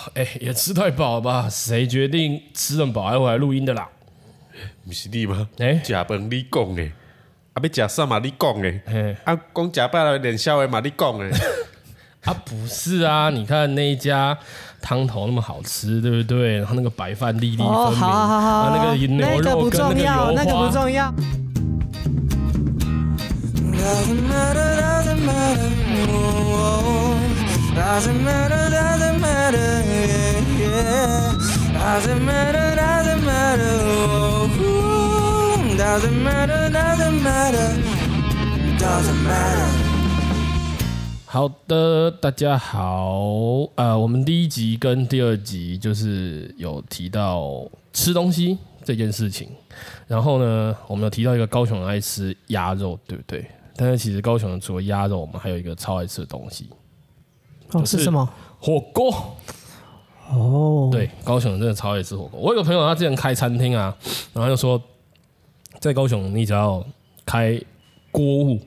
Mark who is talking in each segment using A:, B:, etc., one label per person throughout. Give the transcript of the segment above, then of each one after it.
A: 哎、也吃太饱了吧？谁决定吃很饱还回来录音的啦？
B: 毋是你吗？
A: 哎
B: 食饭你讲诶，啊要食啥嘛你讲
A: 嘿
B: 诶，啊讲食饱了连宵诶嘛你 讲诶，
A: 啊，不是啊，你看那一家汤头那么好吃，对不对？然后那个白饭粒粒分明，
C: 哦，好好好好，
A: 啊，那个
C: 那
A: 牛
C: 个
A: 肉
C: 不
A: 跟那
C: 重
A: 个油
C: 要，
A: 花，
C: 那个不重要。哦
D: Doesn't matter, doesn't matter, oh, doesn't matter, doesn't matter, yeah, yeah. Doesn't matter, doesn't matter, oh, doesn't matter, doesn't matter, doesn't matter.
A: 好的，大家好，呃，我们第一集跟第二集就是有提到吃东西这件事情，然后呢，我们有提到一个高雄人爱吃鸭肉，对不对？但是其实高雄人除了鸭肉，我们还有一个超爱吃的东西
C: 哦，
A: 是
C: 是什么？
A: ——火锅。
C: 哦，
A: 对，高雄人真的超爱吃火锅。我有个朋友，他之前开餐厅啊，然后他就说，在高雄你只要开锅务，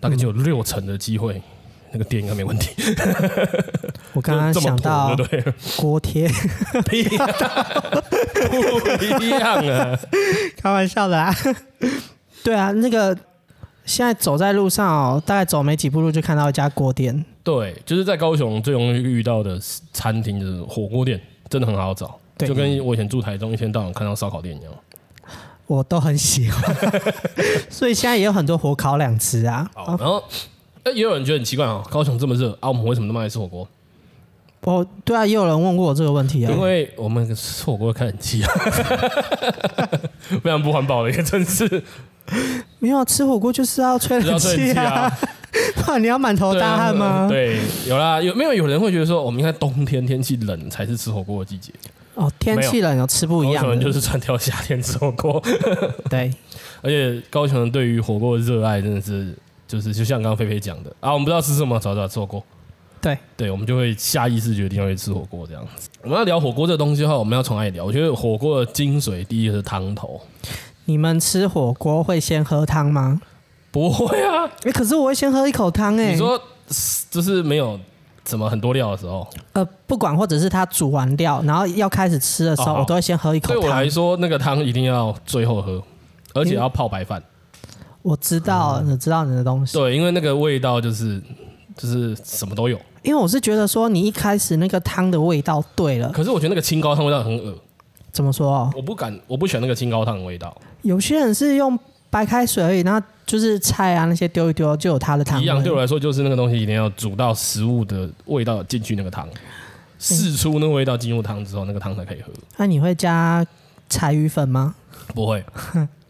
A: 大概就有
C: 嗯
A: 六成的机会，那个店应该没问题。
C: 我刚刚
A: 就这么
C: 想
A: 妥
C: 到
A: 对不 对？
C: 锅贴，
A: 不一样，不一样啊！
C: 开玩笑的啊。 对啊，那个现在走在路上哦，大概走没几步路就看到一家锅店。
A: 对，就是在高雄最容易遇到的餐厅就是火锅店，真的很好找。
C: 对
A: 就跟我以前住台中，一天到晚看到烧烤店一样。
C: 我都很喜 欢，所以现在也有很多火烤两吃啊。
A: 好，然后哎也有人觉得很奇怪哦，高雄这么热啊，我们为什么那么爱吃火锅？
C: 哦，对啊，也有人问过我这个问题啊
A: 因。为我们吃火锅会看很气 啊，非常不环保的一个城市，
C: 没有啊吃火锅就是要吹
A: 就是
C: 冷
A: 要吹
C: 气
A: 冷气
C: 啊
A: 啊，
C: 不然你要满头哦大汗吗？
A: 对，有啦，有没有有人会觉得说，我们应该冬天天气冷才是吃火锅的季节，
C: 哦，天气冷有吃不一
A: 高
C: 样
A: 雄人就
C: 的，
A: 是穿条夏天吃火 锅，
C: 对，
A: 而且高雄人对于火锅的热爱真的是，就是就像刚刚菲菲讲的啊，我们不知道吃什么，找找吃火锅。
C: 对，
A: 对，我们就会下意识决定要去吃火锅这样子。我们要聊火锅这东西的话，我们要从哪里聊？我觉得火锅的精髓，第一个是汤头，
C: 你们吃火锅会先喝汤吗？
A: 不会啊，
C: 哎、可是我会先喝一口汤哎、
A: 你说就是没有怎么很多料的时候，
C: 呃，不管或者是它煮完料，然后要开始吃的时
A: 哦
C: 候，
A: 好
C: 我都会先喝一口
A: 对我
C: 汤
A: 来。说，那个汤一定要最后喝，而且要泡白饭。
C: 嗯我知道，我知道你的东西，
A: 哦对，因为那个味道就是就是什么都有。
C: 因为我是觉得说你一开始那个汤的味道对了，
A: 可是我觉得那个清高汤味道很恶，
C: 怎么说、哦？
A: 我不敢，我不喜欢那个清高汤的味道。
C: 有些人是用白开水而已，然后就是菜啊那些丢一丢就有它的汤
A: 一样对我
C: 味。
A: 来说，就是那个东西一定要煮到食物的味道进去那个汤，试出那个味道进入汤之后，那个汤才可以喝。
C: 那、你会加柴鱼粉吗？
A: 不会，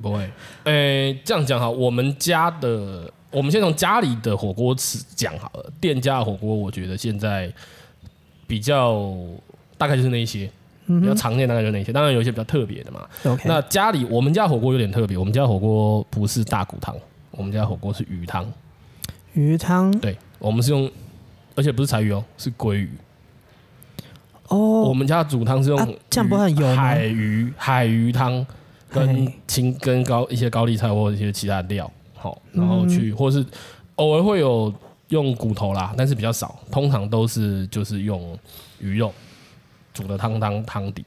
A: 不会。诶、这样讲好，我们家的，我们先从家里的火锅吃讲好了。店家的火锅，我觉得现在比较大概就是那一些，比较常见大概就是那一些。当然有一些比较特别的嘛。
C: OK，
A: 那家里我们家火锅有点特别，我们家火锅不是大骨汤，我们家火锅是鱼汤。
C: 鱼汤
A: 对，我们是用，而且不是柴鱼哦，是鲑鱼。我
C: 哦，
A: 们家煮汤是用
C: 啊
A: 鱼、
C: 这样不会很油吗
A: 海鱼海鱼汤跟
C: 嗨
A: 青跟高一些高丽菜或者一些其他料，好，然后
C: 嗯
A: 去、或是偶尔会有用骨头啦，但是比较少，通常都是就是用鱼肉煮的汤汤汤底。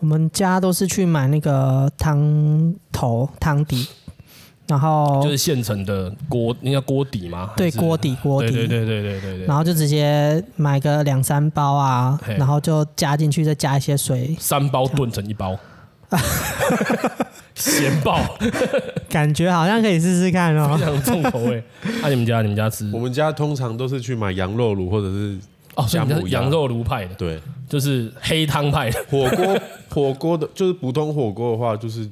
C: 我们家都是去买那个汤头汤底，然后
A: 就是现成的锅，那叫锅底吗？
C: 哦对
A: 还是
C: 锅底锅底
A: 对对对对对对
C: 然
A: 对。
C: 后就直接买个两三包啊
A: 嘿，
C: 然后就加进去，再加一些水，
A: 三包炖成一包，咸爆，
C: 感觉好像可以试试看
A: 非
C: 哦。
A: 常重口味。那、你们家你们家吃
B: 我们家通常都是去买羊肉炉或者是
A: 哦，所以你们家
B: 姜母
A: 是
B: 鸭
A: 羊肉炉派的，
B: 对
A: 就是黑汤派的。
B: 火锅 火锅的，就是普通火锅的话，就是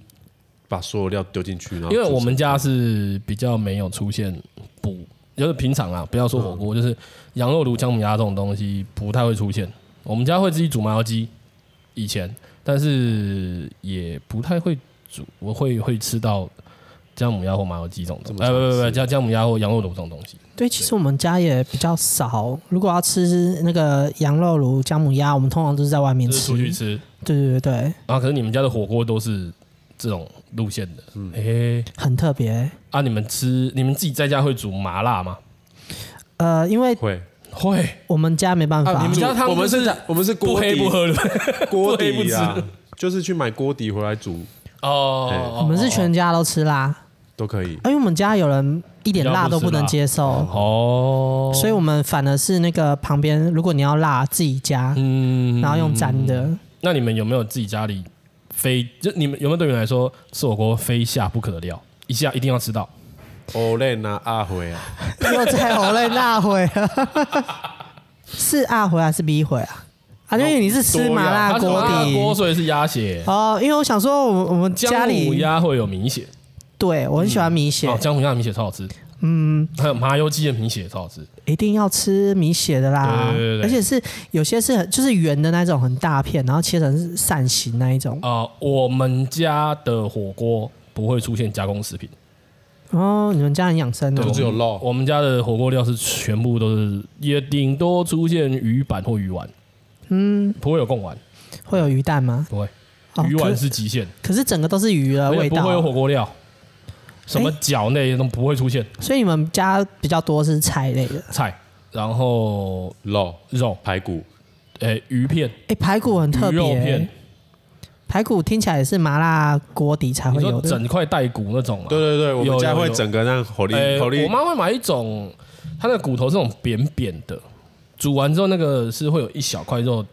B: 把所有料丢进去，然后
A: 因为
B: 煮成
A: 我们家是比较没有出现补，就是平常啊，不要说火锅，就是羊肉炉、姜母鸭这种东西不太会出现。我们家会自己煮麻油鸡，以前，但是也不太会煮，我会会吃到姜母鸭或麻油鸡这种东西，呃，
B: 这么常
A: 不
B: 吃
A: 不不，姜姜母鸭或羊肉炉这种东西。
C: 对，其实我们家也比较少，如果要吃那个羊肉炉、姜母鸭，我们通常都是在外面
A: 就是
C: 吃。
A: 出去吃。
C: 对对对对，
A: 啊，可是你们家的火锅都是这种路线的，嗯，嘿、
C: 很特别。
A: 啊，你们吃，你们自己在家会煮麻辣吗？
C: 呃，因为
B: 会啊
A: 会，
C: 我们家没办法，
A: 啊你们家汤
B: 我们
A: 就是
B: 我们是
A: 不
B: 锅
A: 黑
B: 底，
A: 不喝的
B: 锅
A: 不黑不
B: 底啊
A: 吃，
B: 就是去买锅底回来煮
A: 哦。
C: 我们是全家都吃辣，
B: 都可以。
C: 因为我们家有人一点辣都不能接受，
A: 哦，
C: 所以我们反而是那个旁边，如果你要辣自己加，
A: 嗯
C: 然后用沾的。
A: 那你们有没有自己家里非就你们有没有对你们来说吃火锅非下不可的料，一下一定要吃到？
B: 欧蕾啊，阿辉啊，
C: 又在我泪那回 了，是啊回还是 B 回啊？啊，因为你是吃麻辣
A: 它啊是
C: 锅
A: 麻辣
C: 底
A: 锅所以是鸭血，
C: 哦，因为我想说我们我们家
A: 姜母
C: 里
A: 鸭会有米血，
C: 对我很喜欢米血
A: 哦，，姜母鸭的米血超好吃，嗯，还有麻油鸡的米血也超好吃，
C: 一定要吃米血的啦
A: 对对对，对
C: 而且是有些是很就是圆的那种很大片，然后切成扇形那一种
A: 啊、我们家的火锅不会出现加工食品，
C: 哦。你们家很养生
B: 就
C: 哦
B: 只，有肉，
A: 我们家的火锅料是全部都是，也顶多出现鱼板或鱼丸，嗯，不会有贡丸，
C: 会有鱼蛋吗？
A: 不会，
C: 哦
A: 鱼
C: 可
A: 丸
C: 是
A: 是极限，
C: 可是整个都是鱼的
A: 而且
C: 味
A: 不会有
C: 道，
A: 火锅料，什么饺类都不会出现
C: 所以你们家比较多是菜类的。
A: 菜，然后
B: 肉
A: 肉，
B: 排骨，
A: 诶、鱼片、
C: 哎，排骨很特
A: 鱼
C: 别
A: 肉片
C: 欸，，排骨听起来也是麻辣锅底才
A: 你
C: 会有
A: 说
C: 的。
A: 整块带骨那种吗？
B: 对对对，我
A: 有
B: 们家
A: 有
B: 会
A: 有
B: 整个那口令
A: 诶
B: 口令
A: 我妈会买一种，它的骨头是那种扁扁的，煮完之后那个是会有一小块肉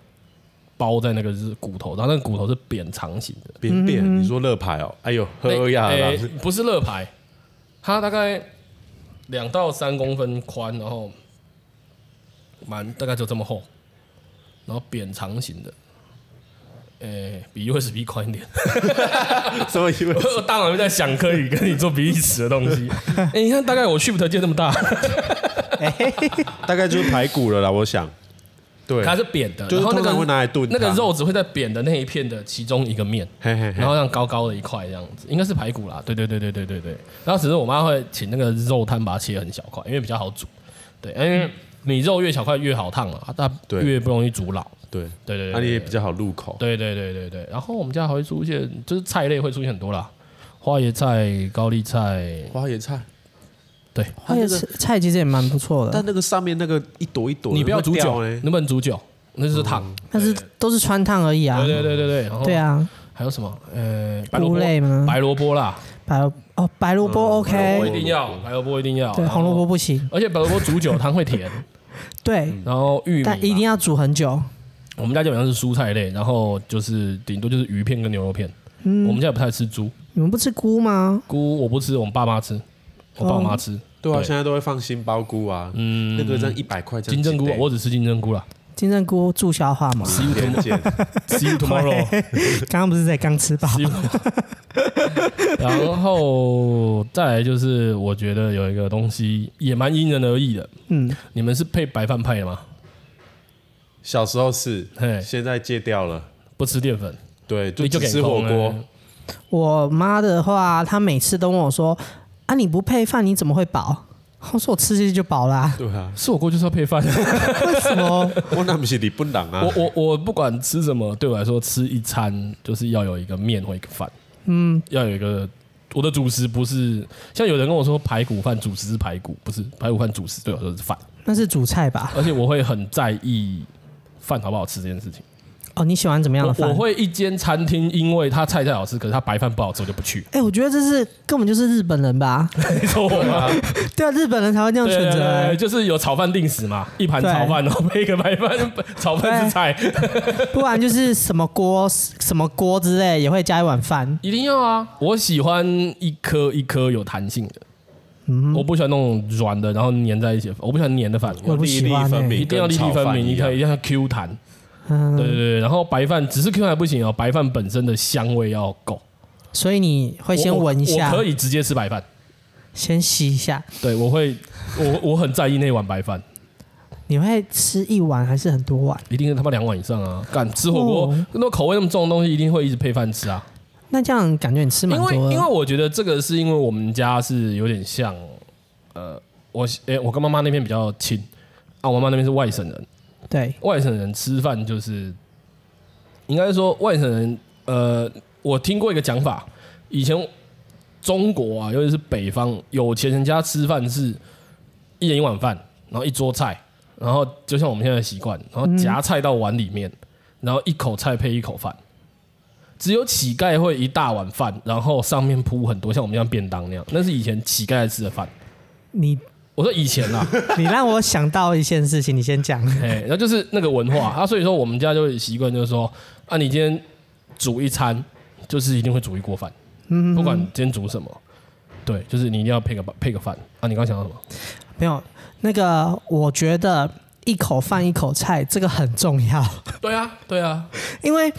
A: 包在那个是骨头，然后那个骨头是扁长形的。
B: 扁扁，你说乐牌哦，哎呦，喝呀
A: 诶
B: 啦，
A: 不是乐牌，它大概两到三公分宽，然后蛮大概就这么厚，然后扁长形的。诶，比 USB 宽一点。
B: 什么意味？
A: 我大脑就在想，可以跟你做比利时的东西。哎、你看，大概我 shift 键那么大，
B: 大概就是排骨了啦，我想。对，
A: 它是扁的，
B: 就是
A: 然后那
B: 通
A: 个
B: 常会拿来炖
A: 那个
B: 汤
A: 肉只会在扁的那一片的其中一个面，
B: 嘿嘿嘿
A: 然后让高高的一块这样子，应该是排骨啦。对对对对对对对。然后只是我妈会请那个肉摊把它切很小块，因为比较好煮。对，因为你肉越小块越好烫啊，它
B: 对
A: 越不容易煮老。
B: 对
A: 对对对
B: 那你
A: 对
B: 也比较好入口。
A: 对对对对对。然后我们家还会出现，就是菜类会出现很多啦，花椰菜、高丽菜，
B: 花椰菜，
A: 对。
C: 而且吃哎菜其实也蛮不错
B: 但
C: 的，
B: 那个上面那个一朵一朵的，
A: 你不要
B: 会
A: 煮
B: 掉
A: 酒，
B: 欸呢
A: 能不能煮酒？那就是汤。
C: 但是都是穿烫而已啊
B: 嗯
A: 对。对对对对。然后
C: 对，啊，
A: 还有什么？呃，白萝
C: 菇
A: 卜
C: 类吗
A: 白萝卜啦，
C: 白萝哦白萝卜
B: 白
A: 我
B: 萝
A: 一
B: 卜
C: OK，
A: 定要，嗯白萝卜一定要。啊
C: 对红萝卜
A: 卜，
C: 不行，
A: 而且白萝卜煮酒汤会 甜，
C: 对，
A: 然后嗯玉米嘛。
C: 但一定要煮很久。
A: 我们家基本上是蔬菜类，然后就是顶多就是鱼片跟牛肉片。
C: 嗯
A: 我们家也不太吃猪，
C: 你们不吃菇吗？
A: 菇我不吃，我们爸妈吃，我爸妈吃。
C: 哦
B: 对啊，
A: 对
B: 现在都会放杏鲍菇啊，
A: 嗯，
B: 那个这样一百块这样
A: 金
B: 几
A: 针菇
B: 倍，
A: 我只吃金针菇 啦。
C: 金针菇助消化嘛。
B: 一天见。
A: See you tomorrow。
C: 刚刚不是在刚吃饱？
A: 希望然后再来就是，我觉得有一个东西也蛮因人而异的。
C: 嗯，
A: 你们是配白饭派的吗？
B: 小时候是
A: 嘿，
B: 现在戒掉了，
A: 不吃淀粉，
B: 对，
A: 你
B: 就
A: 就
B: 只
A: 给
B: 吃火
A: 空
B: 锅
A: 了。
C: 我妈的话，她每次都问我说：“啊，你不配饭你怎么会饱？”我说：“我吃进去就饱啦、
B: 对啊，
A: 吃火锅就是要配 饭。
C: 为什么？
B: 我那不是日本人啊，
A: 我我我不管吃什么，对我来说吃一餐就是要有一个面或一个饭，嗯，要有一个。我的主食不是像有人跟我说排骨饭主食是排骨，不是排骨饭主食对我来说是饭，
C: 那是煮菜吧？
A: 而且我会很在意饭好不好吃这件事情。
C: 哦，你喜欢怎么样的
A: 我
C: 饭？。
A: 我会一间餐厅，因为它菜太好吃，可是它白饭不好吃，我就不去
C: 哎、我觉得这是根本就是日本人吧？
A: 你说我吗？
C: 对啊，日本人才会这样
A: 对
C: 选
A: 对
C: 择、
A: 对，对啊
C: 欸。
A: 就是有炒饭定时嘛，一盘
C: 对
A: 炒饭，然后配一个白饭， 炒饭是菜，
C: 不然就是什么锅、什么锅之类也会加一碗饭。
A: 一定要啊！我喜欢一颗一颗有弹性的，
C: 嗯
A: 我不喜欢那种软的，然后粘在一起的，我不喜欢粘的饭，
C: 我不
B: 粒
C: 喜
B: 粒
C: 欢
B: 分
C: 欸
B: 明，
A: 一定要粒粒分明，一定要一定要 Q 弹。
C: 嗯，
A: 对对对，然后白饭只是 Q 弹不行哦，白饭本身的香味要够。
C: 所以你会
A: 我
C: 先
A: 我
C: 闻一
A: 我
C: 下
A: 可，以直接吃白饭。
C: 先吸一下。
A: 对，我会，我我很在意那碗白饭。
C: 你会吃一碗还是很多碗？
A: 一定是他妈两碗以上啊！敢吃火锅
C: 哦，
A: 那、口味那么重的东西，一定会一直配饭吃啊。
C: 那这样感觉你吃蛮
A: 因为
C: 多
A: 因为
C: 的。
A: 我觉得这个是因为我们家是有点像，呃，我诶、我跟妈妈那边比较亲啊，我妈妈那边是外省人，
C: 对，
A: 外省人吃饭就是，应该说外省人，呃，我听过一个讲法，以前中国啊，尤其是北方有钱人家吃饭是一人一碗饭，然后一桌菜，然后就像我们现在的习惯，然后夹菜到碗里面，然后一口菜配一口饭。只有乞丐会一大碗饭，然后上面铺很多像我们这样便当那样，那是以前乞丐在吃的饭。
C: 你
A: 我说以前啊啦，
C: 你让我想到一件事情，你先讲。
A: 哎，然后就是那个文化啊，所以说我们家就会习惯就是说，啊，你今天煮一餐，就是一定会煮一锅饭，
C: 嗯，
A: 不管今天煮什么，对，就是你一定要配个配个饭啊。你刚想到什么？
C: 没有那个，我觉得一口饭一口菜这个很重要，
A: 对啊，对啊，
C: 因为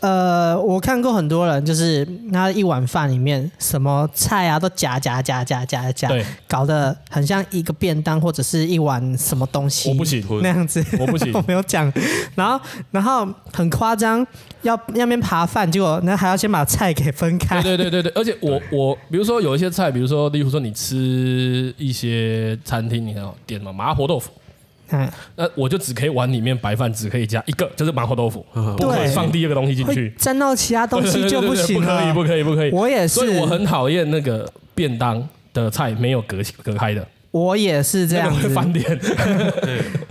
C: 呃，我看过很多人就是他一碗饭里面什么菜啊都夹夹夹夹夹夹，
A: 对，
C: 搞得很像一个便当或者是一碗什么东西，
A: 我不行
C: 那样子，
A: 我不行
C: 我没有讲。然后然后很夸张，要要边扒饭，结果那还要先把菜给分 开，
A: 对对对对对，而且我我比如说有一些菜，比如说例如说你吃一些餐厅，你看哦点嘛麻婆豆腐，
C: 嗯，
A: 那我就只可以碗里面白饭只可以加一个，就是麻婆豆腐，不可以
C: 嗯对
A: 放第二个东西进
C: 会
A: 去，
C: 沾到其他东西
A: 对对对
C: 就
A: 对对
C: 行
A: 不可以
C: 了。
A: 不可以不可以。
C: 我也是，
A: 所以我很讨厌那个便当的菜没有隔隔开的，
C: 我也是这
A: 那
C: 样
A: 个会
C: 子。
A: 翻脸。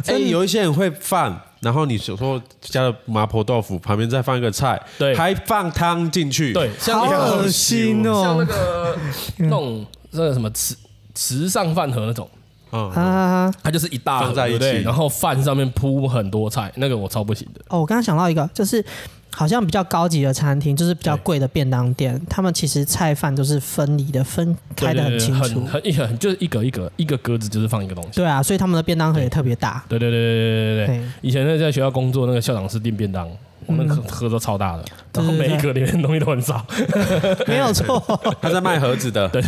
B: 哎、有一些人会放，然后你所说加了麻婆豆腐，旁边再放一个菜，
A: 对
B: 还放汤进去，
A: 对，，像
C: 好
A: 那个
C: 恶 心
A: 像那
C: 哦！
A: 个 那种那个什么池池上饭盒那种，
B: 嗯，
C: 啊，
A: 它就是一大盒
B: 放在一起
A: 对不对然后饭上面铺很多菜，那个我超不行的。
C: 哦，我刚刚想到一个，就是好像比较高级的餐厅，就是比较贵的便当店，他们其实菜饭都是分离的，分开的
A: 对
C: 很
A: 对对
C: 清
A: 很
C: 楚。
A: 很一很就是一格一格一个格子就是放一个东西。
C: 对啊，所以他们的便当盒也特别 大。
A: 对对对对对对对
C: 对，嗯
A: 以前那在学校工作，那个校长室订便当，我那个盒都超大的，然后
C: 对对
A: 每
C: 对
A: 一格里面东西都很少，
C: 没有错。
B: 他在卖盒 子的，对，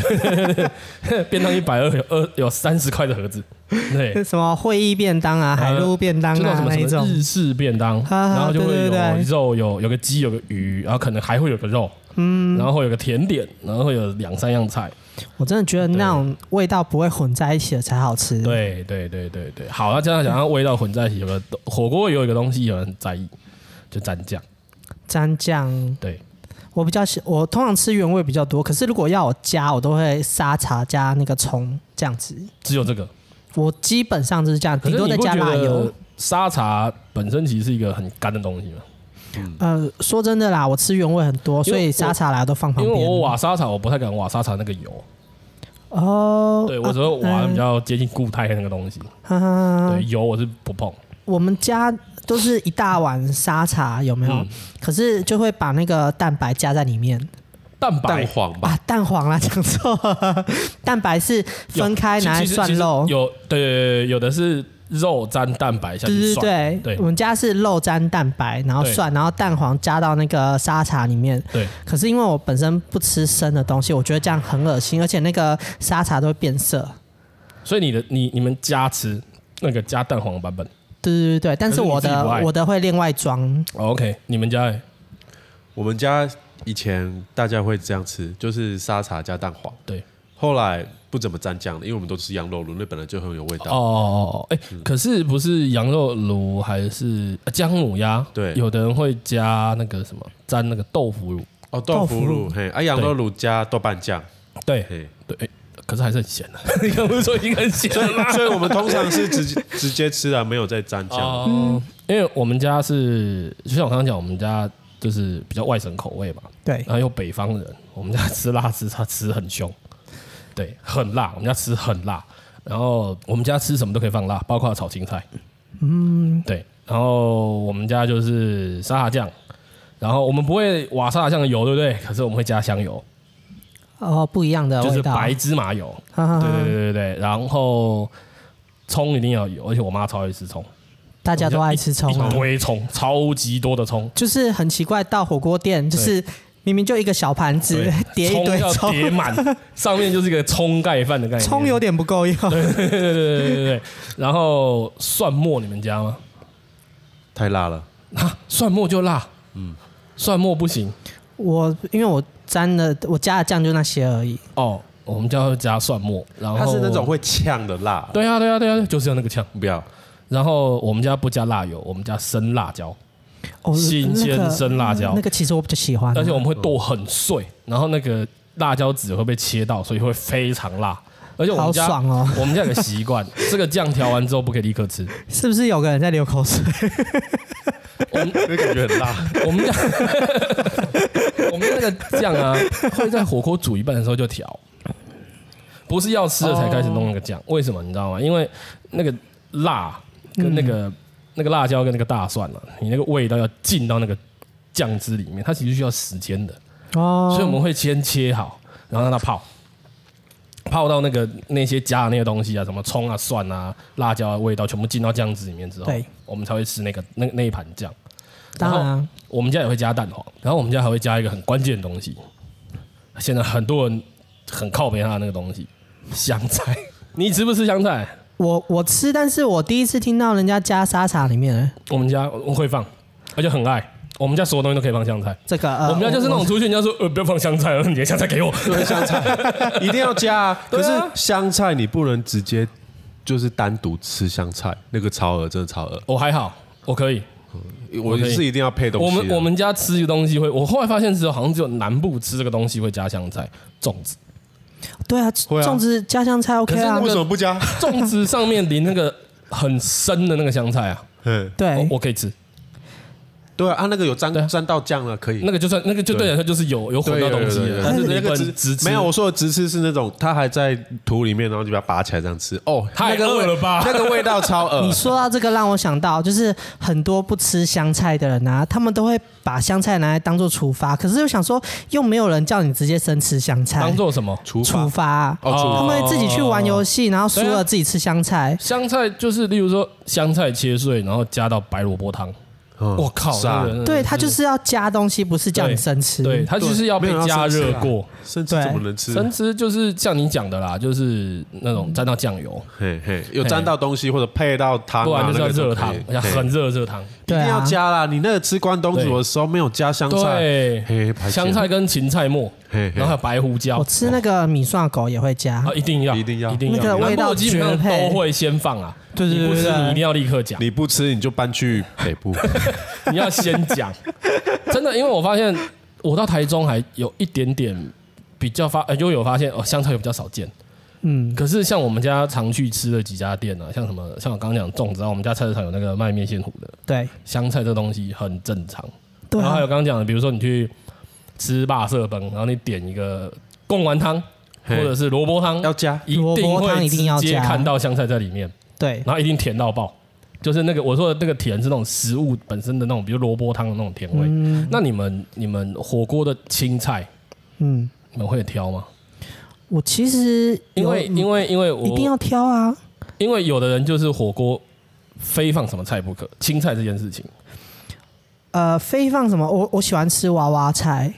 A: 便当一百二有二有三十块的盒 子，对，
C: 什么会议便当啊，海陆便当
A: 就那
C: 啊
A: 种
C: 那一
A: 什么
C: 种，
A: 日式便当，
C: 哈哈
A: 然后就会
C: 对对
A: 有
C: 对
A: 肉，有有个鸡，有个鱼，然后可能还会有个肉，嗯，然后会有个甜点，然后会有两三样菜。
C: 我真的觉得那种味道不会混在一起的才好吃。，
A: 对对对对对，好，那啊这样讲，那味道混在一起，有个火锅也有一个东西有人很在意，就蘸酱。
C: 蘸酱
A: 对，
C: 我比较喜，我通常吃原味比较多，可是如果要我加，我都会沙茶加那个葱这样子。
A: 只有这个，
C: 我基本上就是这样，
A: 可
C: 顶
A: 是
C: 多
A: 你
C: 再
A: 不
C: 加
A: 觉
C: 辣油
A: 得。沙茶本身其实是一个很干的东西吗？
C: 呃，说真的啦，我吃原味很多，
A: 因为
C: 所以
A: 我
C: 沙茶啦都放旁
A: 因为
C: 边。
A: 我瓦沙茶，我不太敢瓦沙茶那个油，
C: 哦，
A: 对我只会瓦比较接近固态的那个东西，
C: 哈哈哈
A: 对油我是不碰。
C: 我们家都是一大碗沙茶，有没有？
A: 嗯
C: 可是就会把那个蛋白加在里面
A: 蛋白
B: 蛋黄吧，
C: 啊，蛋黄啦，讲错了，蛋白是
A: 有
C: 分开
A: 其
C: 拿来
A: 其实
C: 涮
A: 其实
C: 肉。
A: 有对对对对有的是肉沾蛋白下
C: 对
A: 去
C: 对
A: 涮，
C: 对，
A: 对
C: 我们家是肉沾蛋白，然后
A: 对
C: 涮，然后蛋黄加到那个沙茶里面。
A: 对
C: 可是因为我本身不吃生的东西，我觉得这样很恶心，而且那个沙茶都会变色。
A: 所以你的你你们家吃那个加蛋黄的版本
C: 对对对对，但
A: 可是
C: 是
A: 你
C: 我
A: 自己
C: 的
A: 不爱
C: 我的会另外装，
A: 哦，OK，你们家欸
B: 我们家以前大家会这样吃，就是沙茶加蛋黄。
A: 对，
B: 后来不怎么蘸酱了，因为我们都吃羊肉炉，那本来就很有味
A: 哦
B: 道。
A: 哦哦，哎，可是不是羊肉炉还是呃姜母鸭？
B: 对
A: 有的人会加那个什么沾那个豆腐乳，
B: 哦，豆腐
C: 豆腐
B: 乳，嘿，啊，羊肉炉加豆瓣酱，
A: 对
B: 嘿，
A: 对，哎可是还是很咸的。 你刚不是说已经很咸了吗？
B: 所以我们通常是直接直接吃啊，没有再蘸酱。
C: 嗯
A: 哦，因为我们家是就像我刚刚讲，我们家就是比较外省口味嘛，
C: 对
A: 然后又北方人，我们家吃辣吃他吃很凶，对，很辣，我们家吃很辣。然后我们家吃什么都可以放辣，包括炒青菜，嗯，对。然后我们家就是沙茶酱，然后我们不会挖沙茶酱的油，对不对？可是我们会加香油，
C: 哦，不一样的
A: 就是
C: 味道。啊
A: 白芝麻油，
C: 哈哈
A: 对
C: 哈
A: 对对对对。然后葱一定要有，而且我妈超爱吃葱，
C: 大家都爱吃葱啊
A: 一，堆葱，超级多的葱。
C: 就是很奇怪，到火锅店就是明明就一个小盘子
A: 对，
C: 叠一堆
A: 要
C: 葱，
A: 叠 满，上面就是一个葱盖饭的概念。
C: 葱有点不够用。
A: 对对对对对对对。然后蒜末你们加吗？
B: 太辣了，
A: 啊，蒜末就辣，嗯，蒜末不行
C: 我因为我沾了，我加的酱就那些而已。
A: 哦，我们家会加蒜末，然后
B: 它是那种会呛的辣。
A: 对啊对啊对啊，就是要那个呛。
B: 不要，
A: 然后我们家不加辣油，我们加生辣椒，
C: 哦，
A: 新鲜
C: 那个
A: 生辣椒
C: 那个其实我比较喜欢啊。
A: 而且我们会剁很碎，然后那个辣椒籽会被切到，所以会非常辣。而且我们
C: 好
A: 家
C: 爽哦
A: 我们家有个习惯，这个酱调完之后不可以立刻吃。
C: 是不是有个人在流口水？
A: 我们
B: 因为感觉很辣。
A: 我们家我们那个酱啊，会在火锅煮一半的时候就调，不是要吃了才开始弄那个酱。
C: 哦
A: 为什么你知道吗？因为那个辣跟那
C: 嗯
A: 个、那个辣椒跟那个大蒜啊，你那个味道要进到那个酱汁里面，它其实需要时间的，
C: 哦，
A: 所以我们会先切好，然后让它泡。泡到那个那些加的那些东西啊，什么葱啊、蒜啊、辣椒啊，味道全部进到酱汁里面之后
C: 对，
A: 我们才会吃那个那那一盘酱。
C: 当然啊
A: 我们家也会加蛋黄，然后我们家还会加一个很关键的东西，现在很多人很靠边他的那个东西，香菜。 你吃不吃香菜？
C: 我我吃，但是我第一次听到人家加沙茶里面的
A: 我们家会放，而且很爱。我们家所有东西都可以放香菜。
C: 这个，呃
A: 啊我们家就是那种出去，人家说呃不要放香菜了，你的香菜给我。
B: 对，香菜 一定要加啊！可
A: 对
B: 是
A: 啊
B: 香菜你不能直接就是单独吃香菜，那个超额真的超额。
A: 我还好，我可以。
B: 我是一定要配东西
A: 我
B: 的。
A: 们我们家吃一个东西会，我后来发现只有好像只有南部吃这个东西会加香菜，粽子。
C: 对啊，
B: 啊
C: 粽子加香菜 OK 啊
A: 可，
B: 为什么不加？
A: 粽子上面淋那个很深的那个香菜啊，
B: 嗯，
C: 对
A: 我，我可以吃。
B: 对啊，啊那个有
A: 对啊
B: 沾沾到酱了，可以。
A: 那个就算那个就对来说就是有有混到东西
B: 对
A: 的，
B: 对对
A: 它就是
B: 那
A: 一
B: 个
A: 本
B: 直
A: 直吃
B: 没有，我说的直吃是那种，它还在土里面，然后就把它拔起来这样吃。哦，
A: 太
B: 那个味
A: 饿了吧
B: 那个味道超恶
C: 你。说到这个，让我想到就是很多不吃香菜的人啊，他们都会把香菜拿来当做处罚，可是又想说，又没有人叫你直接生吃香菜，
A: 当做什么？
B: 厨
C: 处
B: 房
C: 罚啊、
B: 哦，厨
C: 他
B: 房
A: 哦
C: 们会自己去玩游戏，然后输
A: 对啊
C: 了自己吃香菜。
A: 香菜就是，例如说香菜切碎，然后加到白萝卜汤。
B: 嗯
A: 我靠，
B: 是
A: 那
B: 啊
A: 个，人
C: 对他就是要加东西，不是叫你生吃。
A: 对，它就是要被
B: 没有
A: 加热过。，
B: 生吃啊生吃怎么能吃？
A: 生吃就是像你讲的啦，就是那种沾到酱油，
B: 嘿嘿，有沾到东西或者配到汤啊，
A: 不然就是要
B: 那个
A: 热
B: 都
A: 汤
B: 可以，
A: 而且很热热汤。
B: 一
C: 对
B: 定要
C: 啊，
B: 加啦！你那个吃关东煮
A: 对
B: 的时候没有加香菜，
A: 对
B: 嘿排，泄
A: 香菜跟芹菜末，
B: 嘿嘿
A: 然后还有白胡椒
C: 我。吃那个米蒜狗也会加
A: 啊，，一定要，
B: 一定要
A: 一定要。
C: 那个味道
A: 南部基本上
C: 绝配
A: 都会先放啊，
C: 对对对
A: 你不吃
C: 对对对
A: 你一定要立刻讲。
B: 你不吃你就搬去 北部，
A: 你要先讲，真的，因为我发现我到台中还有一点点比较发，呃，就有发现哦，香菜有比较少见。
C: 嗯，
A: 可是像我们家常去吃的几家店啊，像什么，像我刚刚讲粽子啊，我们家菜市场有那个卖面线糊的，
C: 对
A: 香菜这东西很正常。
C: 对
A: 然后还
C: 啊
A: 有，刚刚讲的，比如说你去吃霸色崩，然后你点一个贡丸汤或
B: 嘿
A: 者是萝卜汤，
B: 要加
A: 一定
C: 萝卜汤
A: 会
C: 一定要
A: 直接
C: 加
A: 看到香菜在里面。
C: 对
A: 然后一定甜到爆，就是那个我说的那个甜是那种食物本身的那种，比如萝卜汤的那种甜味。那你们你们火锅的青菜，
C: 嗯，
A: 你们会挑吗？
C: 我其实
A: 因为
C: 有嗯
A: 因为因为我
C: 一定要挑啊，
A: 因为有的人就是火锅非放什么菜不可，青菜这件事情。
C: 呃，非放什么？我我喜欢吃娃娃菜，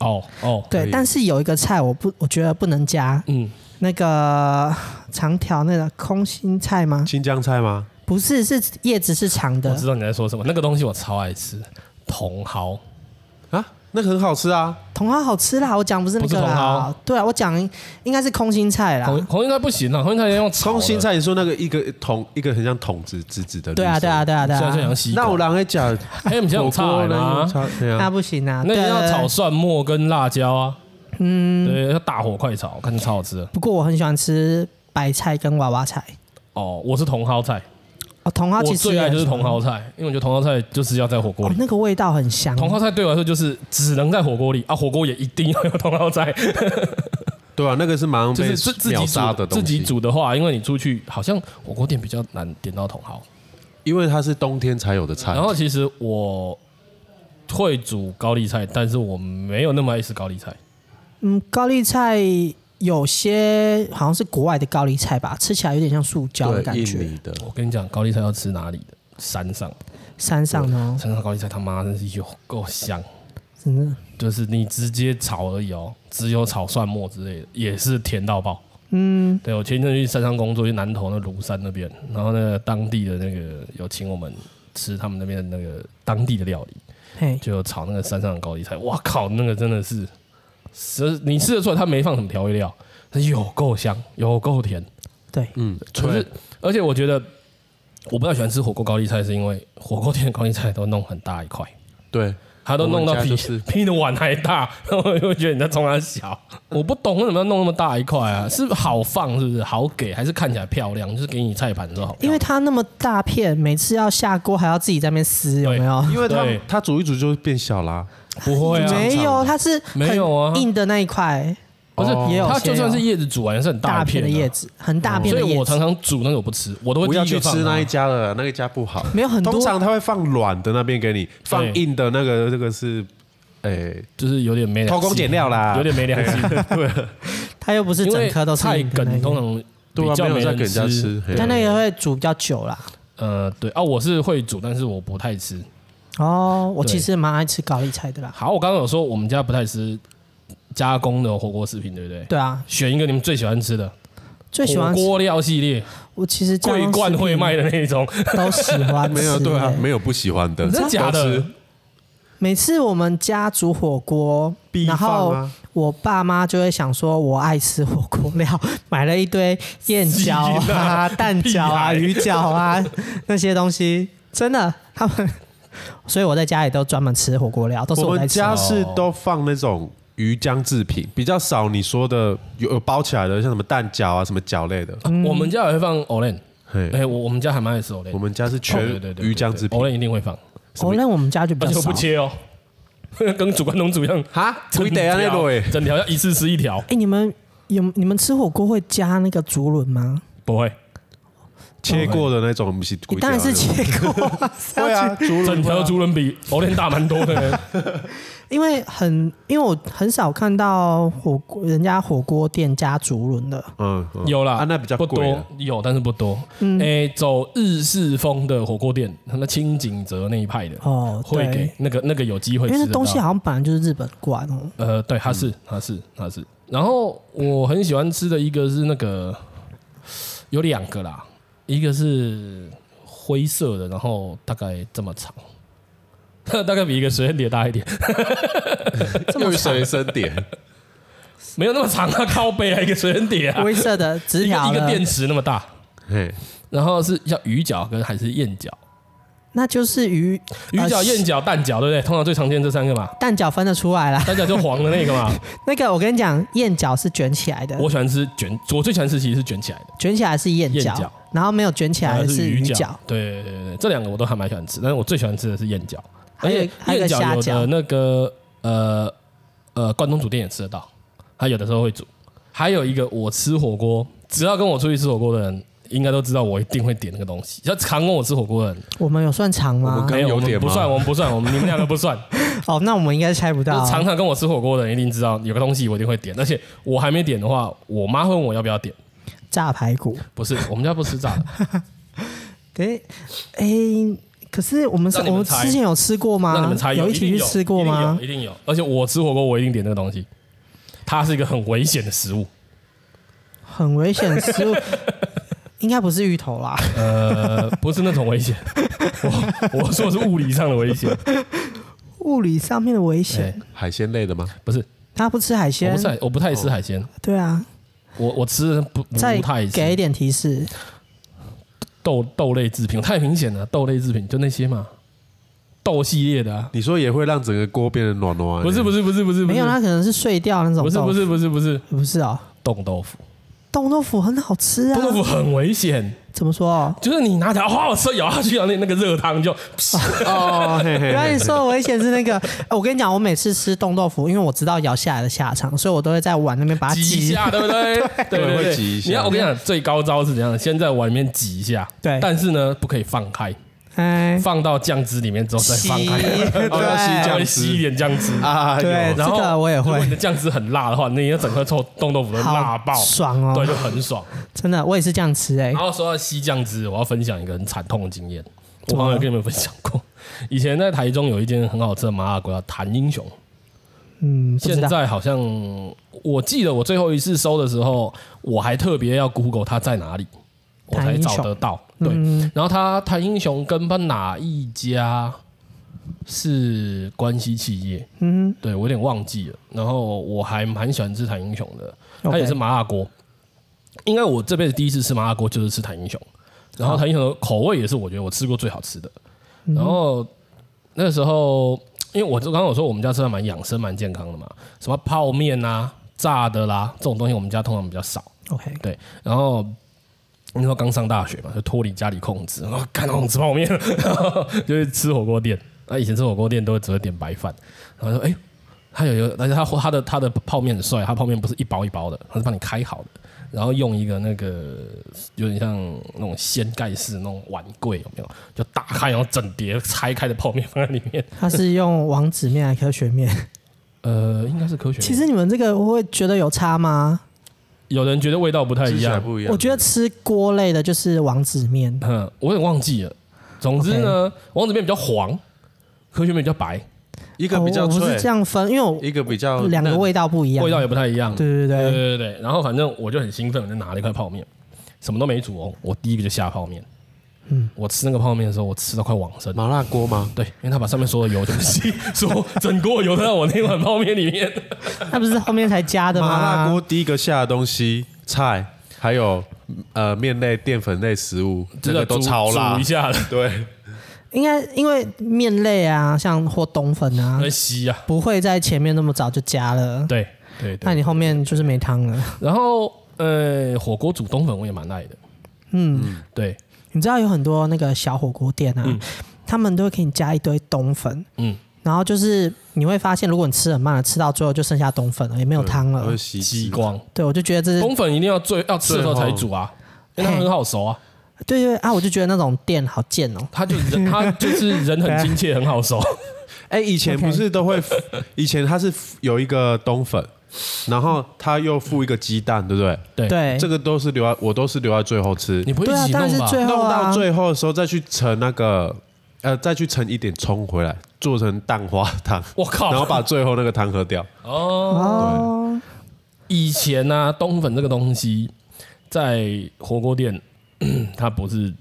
A: 哦哦，
B: 可
C: 对，
B: 以
C: 但是有一个菜我不我觉得不能加，
A: 嗯，
C: 那个长条那个空心菜吗？
B: 青江菜吗？
C: 不是，是叶子是长
A: 我
C: 的
A: 知，道你在说什么，那个东西我超爱吃，茼蒿。
B: 啊，那个很好吃啊，
C: 茼蒿好吃啦，我讲不是那个
A: 不是茼
C: 啦
A: 蒿，
C: 对啊，我讲应该是空心菜啦，
A: 红红心菜不行啊，红心菜要用炒的
B: 空心，菜你说那个一个桶一个很像桶子直直的，
C: 对啊，对啊，，对啊，对
A: 虽然说
C: 啊，
A: 像西
B: 那我
A: 瓜，
B: 让你讲
A: 还有哎我们家有
B: 火
A: 菜
B: 锅呢
A: 吗？，
B: 对
C: 那
B: 啊，
C: 不行啊，
A: 那
C: 对
A: 个要。
C: 对
A: 炒
C: 对
A: 蒜末跟辣椒啊，嗯，对，要大火快炒，看着超好吃的。
C: 不过我很喜欢吃白菜跟娃娃菜，
A: 哦，我是茼蒿菜，
C: 哦，茼蒿
A: 我
C: 其实
A: 最爱就是
C: 也很
A: 茼
C: 喜欢
A: 蒿菜，因为我觉得茼蒿菜就是要在火锅
C: 哦嗯
A: 里。
C: 那个味道很香。
A: 茼蒿菜对我来说就是只能在火锅里啊，火锅也一定要有茼蒿 菜，
B: 对啊，那个是马上
A: 就
B: 被
A: 是自自己
B: 秒杀
A: 煮
B: 的东
A: 自
B: 西，
A: 己，煮的话，因为你出去好像火锅店比较难点到茼蒿。
B: 因为它是冬天才有的菜
A: 然，后其实我会煮高丽菜，但是我没有那么爱吃高丽菜。
C: 嗯，高丽菜有些好像是国外的高丽菜吧，吃起来有点像塑胶的
B: 对，
C: 感
B: 印
C: 觉。
B: 尼的，
A: 我跟你讲，高丽菜要吃哪里的？山上，
C: 山上的哦，
A: 山上高丽菜他妈真是有够香，
C: 真的，
A: 就是你直接炒而已哦，只有炒蒜末之类的，也是甜到爆。
C: 嗯，
A: 对，我前一阵去山上工作，去南投那庐山那边，然后那个当地的那个有请我们吃他们那边的那个当地的料理，
C: 嘿，
A: 就有炒那个山上的高丽菜，哇靠，那个真的是，是你吃得出来它没放什么调味料，它有够香，有够甜，
C: 对，
B: 嗯，
A: 可
B: 脆
A: 是而且我觉得我不太喜欢吃火锅高丽菜，是因为火锅店的高丽菜都弄很大一块，
B: 对，
A: 他都弄到
B: 我们
A: 比
B: 家就是
A: 比你的碗还大，然后我就觉得你在冲他小。我不懂为什么要弄那么大一块啊？是好放是不是？好给还是看起来漂亮？就是给你菜盘之后好看，
C: 因为它那么大片，每次要下锅还要自己在那边撕，有没有？
B: 因为它
A: 对
B: 它煮一煮就会变小啦。
A: 不会啊，
C: 没有，它是很
A: 没有啊
C: 硬的那一块，
A: 不是
C: 也有
A: 它
C: 些
A: 就算
C: 有
A: 是叶子煮完也是很
C: 大
A: 片嗯
C: 片的叶
A: 子，
C: 子，很大片
A: 所
C: 的
A: 以
C: 叶
A: 我
C: 子
A: 常。常煮那个我不吃，我都会
B: 不
A: 第
B: 要
A: 一
B: 去
A: 个放啊
B: 吃
A: 它
B: 那一家了，那一家不好。
C: 没有很多啊
B: 通常他会放软的那边给你，放硬的那个那个是，诶，
A: 就是有点没良
B: 偷工
A: 心
B: 减料啊啦
A: 哎有点没良心。
C: 它又不是
A: 因为
C: 整颗都是
A: 菜
C: 硬的那
A: 梗
C: 一种
A: 通常
B: 对
A: 比
B: 啊，
A: 较
B: 没有
A: 没
B: 在给人家
A: 吃。
B: 吃。嘿
C: 但那个会煮比较久啦。
A: 呃，对啊，我是会煮，但是我不太吃。
C: 哦，我
A: 对
C: 其实蛮爱吃高丽菜的啦。
A: 好，我刚刚有说我们家不太吃加工的火锅食品，对不对？
C: 对啊，
A: 选一个你们最喜欢吃的
C: 最喜欢
A: 火锅料系列，
C: 我其实
A: 桂冠会卖的那一种，
C: 都喜欢 吃。
B: 没有对啊，
C: 欸
B: 没有不喜欢的，
A: 真的呃假
B: 都
A: 的
B: 吃？
C: 每次我们家煮火锅，
B: 必
C: 然
B: 放
C: 后
B: 啊
C: 我爸妈就会想说，我爱吃火锅料，买了一堆燕 饺
A: 屁啦
C: 啊、蛋饺啊、
A: 屁孩
C: 鱼饺啊 那些东西，真的他们。所以我在家里都专门吃火锅料，都是
B: 我
C: 我在
B: 们
C: 吃。
B: 家是都放那种鱼浆制品，比较少你说的有有包起来的，像什么蛋饺啊、什么饺类的。
C: 嗯
A: 我们家也会放 Olen，
B: 嘿，
A: 哎，我我们家还蛮爱吃 Olen，
B: 我们家是
A: 哦
B: 全
A: 对对对对
B: 鱼浆制品。
A: ，Olen 一定会放，
C: 哦，那我们家就比
A: 而
C: 较
A: 且
C: 少
A: 不。切哦， 跟主观农主一样，
B: 哈，
A: 整
B: 几袋啊那
A: 条
B: 落诶，
A: 整条要一次吃一条，
C: 哎，你们有你们吃火锅会加那个竹轮吗？
A: 不会，
B: 切过的那种，不是几
C: 你
B: 袋
C: 哎当
B: 啊
C: 然是
B: 那种
C: 切过啊， 是要
B: 对啊，
C: 去
B: 竹轮
A: 整条竹轮比 Olen 大蛮多 的。
C: 因为很，因为我很少看到火锅人家火锅店加竹轮的，
B: 嗯，嗯
A: 有啦，
B: 啊，那比较
A: 不
B: 贵
A: 多
B: 啊。，
A: 有但是不多。
C: 嗯
A: 诶，走日式风的火锅店，什么清景泽那一派的，
C: 哦
A: 会
C: 对
A: 给那个那个有机会
C: 因
A: 吃
C: 为
A: 得到。
C: 那东西好像本来就是日本罐哦。
A: 呃，对，它是，它是，它是。然后我很喜欢吃的一个是那个，有两个啦，一个是灰色的，然后大概这么长， 大概比一个水脸大一 点，
B: 又随身点，
A: 没有那么长啊，靠背啊，一个水碟啊，
C: 灰色的直
A: 一个
C: 条
A: 一个
C: 的，
A: 电池那么大。
B: 嘿，
A: 然后是叫鱼饺跟还是燕饺？
C: 啊那就是鱼
A: 鱼饺、
C: 呃
A: 燕饺、蛋饺，对不对？通常最常见这三个嘛。
C: 蛋饺分得出来啦。
A: 蛋饺就黄的那个嘛，
C: 那个我跟你讲，燕饺是卷起来的，
A: 我喜欢吃卷，我最喜欢吃其实是卷起来的，
C: 卷起来是燕
A: 燕
C: 饺
A: 饺，
C: 然后没有卷起来
A: 还
C: 的
A: 是
C: 鱼
A: 饺。对对对对，这两个我都还蛮喜欢吃，但是我最喜欢吃的是燕饺，
C: 还有还
A: 燕
C: 有个
A: 饺
C: 虾
A: 有的
C: 饺，
A: 那个呃呃关东煮店也吃得到，它有的时候会煮。还有一个我吃火锅，只要跟我出去吃火锅的人，应该都知道我一定会点那个东西。要常跟我吃火锅的人，
C: 我们有算长吗
B: 们？刚
A: 没有
B: 有
A: 我们
B: 点
A: 不
B: 吗
A: 算，我们不算，我们你们两个不 算。
C: 哦，那我们应该猜不
A: 就
C: 到
A: 是。常常跟我吃火锅的人一定知道有个东西我一定会点，而且我还没点的话，我妈会问我要不要点。
C: 炸排骨，
A: 不是，我们家不吃炸的，
C: 对，哎，可是我们是
A: 让你
C: 我
A: 们
C: 们
A: 猜
C: 之前啊有吃过吗？
A: 让你们猜，有
C: 一起去吃过吗
A: 一定有，一定有。而且我吃火锅，我一定点那个东西。它是一个很危险的食物，
C: 很危险的 食物，应该不是芋头啦。
A: 呃，不是那种危 险，我我说的是物理上的危险，
C: 物理上面的危
A: 对
C: 险，，
B: 海鲜类的吗？
A: 不是，
C: 他不吃海
A: 我
C: 鲜
A: 不，太我不太吃海鲜，
C: 对啊。
A: 我我吃的不不
C: 哦再
A: 太
C: 给一
A: 吃
C: 点提示，
A: 豆豆类制品，太明显了，豆类制品就那些嘛，豆系列的啊，
B: 你说也会让整个锅变得暖暖？
A: 不是不
B: 是，
A: 是不是不是，
C: 没有，
A: 啊，
C: 它可嗯能是碎掉那种
A: 不是
C: 豆
A: 不
C: 腐。
A: 是不是不是
C: 不是哦，
A: 冻豆腐，
C: 冻豆腐很好吃啊
A: 冻。豆腐很危险，
C: 怎么说？
A: 就是你拿起来，哇，我吃咬下去，然后那那个热汤 就，
C: 啊
B: 哦，嘿嘿
C: 原来
B: 嘿
C: 你说的危险是那个， 呃我跟你讲，我每次吃冻豆腐，因为我知道咬下来的下场，所以我都会在碗那边把 它
A: 挤一
C: 挤。
A: 下，对不 对？对
B: 对
A: 对
B: 会
A: 对，
B: 挤一下
A: 你要我跟你讲，最高招是怎样？先在碗里面挤一下，
C: 对
A: 但是呢，不可以放开，
C: 哎，
A: 放到酱汁里面之后再
C: 吸，
A: 放 开，
B: 哦要吸
C: 对
B: 酱
A: 会吸一点酱汁。
B: 啊，
C: 对
B: 有
A: 然后
C: 这个我也会
A: 如果你的酱汁很辣的话，那你要整颗臭冻豆腐都辣爆
C: 好，爽哦
A: 对，，就很爽。
C: 真的，我也是这样吃哎
A: 然。后说到吸酱汁，我要分享一个很惨痛的经验，我
C: 怎么
A: 好像
C: 了
A: 有跟你们分享过。以前在台中有一间很好吃的麻辣锅，叫谭英雄。
C: 嗯，不知
A: 现
C: 道。
A: 在好像我记得我最后一次搜的时候，我还特别要 Google 它在哪里，我才找得到。对，
C: 嗯
A: 然后他谭英雄跟他哪一家是关系企业？
C: 嗯，
A: 对我有点忘记了。然后我还蛮喜欢吃谭英雄的，它
C: OK
A: 也是麻辣锅。应该我这辈子第一次吃麻辣锅就是吃谭英雄，然
C: 嗯
A: 后谭英雄的口味也是我觉得我吃过最好吃的。然后那时候因为我就刚刚有说我们家吃的蛮养生、蛮健康的嘛，什么泡面啊、炸的啦这种东西，我们家通常比较少。
C: OK，
A: 对，然后那时候刚上大学嘛，就脱离家里控制，然后看到我吃泡面，然后就是吃火锅店。那、以前吃火锅店都只会点白饭，然后说哎、他有有，而且他他的他的泡面很帅，他泡面不是一包一包的，他是帮你开好的，然后用一个那个有点像那种掀盖式那种碗柜有没有？就打开然后整碟拆开的泡面放在里面，
C: 它是用王子面还是科学面？
A: 呃，应该是科学。
C: 其实你们这个会觉得有差吗？
A: 有人觉得味道不太
B: 吃
A: 一
B: 起来
A: 样，
B: 不一样。
C: 我觉得吃锅类的就是王子面，
A: 嗯， 我也忘记了。总之呢王子面比较黄，科学面比较白，
B: 一个比较
C: 哦我不是这
B: 脆，
C: 样分，因为我
B: 一个比较
C: 两个
B: 嫩
C: 味道不一样，
A: 味道也不太一样。
C: 对对
A: 对
C: 对，
A: 对对对。然后反正我就很兴奋，我就拿了一块泡面，什么都没煮哦，我第一个就下泡面。嗯，我吃那个泡面的时候，我吃到快往生。
B: 麻辣锅吗？
A: 对，因为他把上面所有油 都吸，说整锅油都在我那碗泡面里面。
C: 那不是后面才加的吗？
B: 麻辣锅第一个下的东西，菜还有呃面类、淀粉类食物， 这
A: 真的
B: 个都超辣
A: 煮一。下了，
B: 对，
C: 应该因为面类啊，像或冬粉啊，
A: 在吸啊。
C: 不会在前面那么早就加了，
A: 对对
C: 那
A: 对。
C: 你后面就是没汤了。
A: 然后呃，火锅煮冬粉我也蛮爱的。
C: 嗯，
A: 对，
C: 你知道有很多那个小火锅店啊，他们都会给你加一堆冬粉，
A: 嗯，
C: 然后就是你会发现，如果你吃很慢了，吃到最后就剩下冬粉了，也没有汤
B: 还会
C: 了。
B: 吸
A: 吸
B: 汁。
A: 光。
C: 对，我就觉得这是哦
A: 冬粉一定要最要吃的时候才煮啊，因为它很好熟 啊。
C: 对对啊，我就觉得那种店好贱哦。
A: 他就人他就是人很亲切，很好熟。
B: 哎，以前
C: OK
B: 不是都会，以前它是有一个冬粉，然后它又附一个鸡蛋，对不对？
A: 对，
C: 对，
B: 这个都是留在，我都是留在最后吃
A: 你。不会
C: 对
A: 一
C: 啊，
A: 起
C: 当
A: 弄
C: 然是
A: 吧？
C: 最后
B: 弄
C: 啊，
B: 到最后的时候再去盛那个，呃，再去盛一点葱回来，做成蛋花汤，
A: 我靠！
B: 然后把最后那个汤喝掉。
A: 哦，
C: 哦，
A: 以前呢、啊，冬粉这个东西在火锅店， 它不是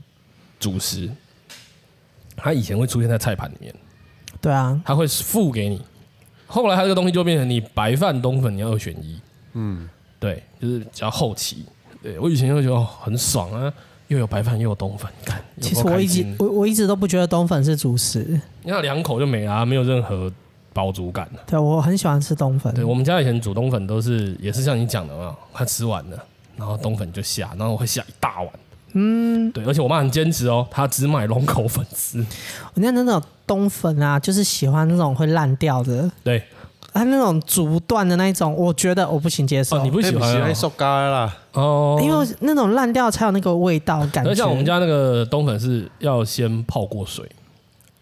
A: 主食，它以前会出现在菜盘里面，
C: 对啊，
A: 它会付给你。后来它这个东西就变成你白饭冬粉你要二选一，嗯，对，就是比较后期。对我以前就觉得哦很爽啊，又有白饭又有冬粉，看有
C: 其实
A: 够
C: 我
A: 开
C: 一
A: 心
C: 直我我一直都不觉得冬粉是主食，
A: 你看两口就没了、啊，没有任何饱足感。
C: 对我很喜欢吃冬粉，
A: 对我们家以前煮冬粉都是，也是像你讲的嘛，快吃完了，然后冬粉就下，然后我会下一大碗。嗯，对，而且我妈很坚持哦，她只买龙口粉丝。
C: 人家那种冬粉啊，就是喜欢那种会烂掉的，
A: 对，
C: 啊，那种煮不断的那一种，我觉得我不行接受，
A: 哦，你不喜欢
B: 哎
A: 啊
B: 受干啦。
A: 哦？
C: 因为那种烂掉才有那个味道感觉。
A: 而像我们家那个冬粉是要先泡过水，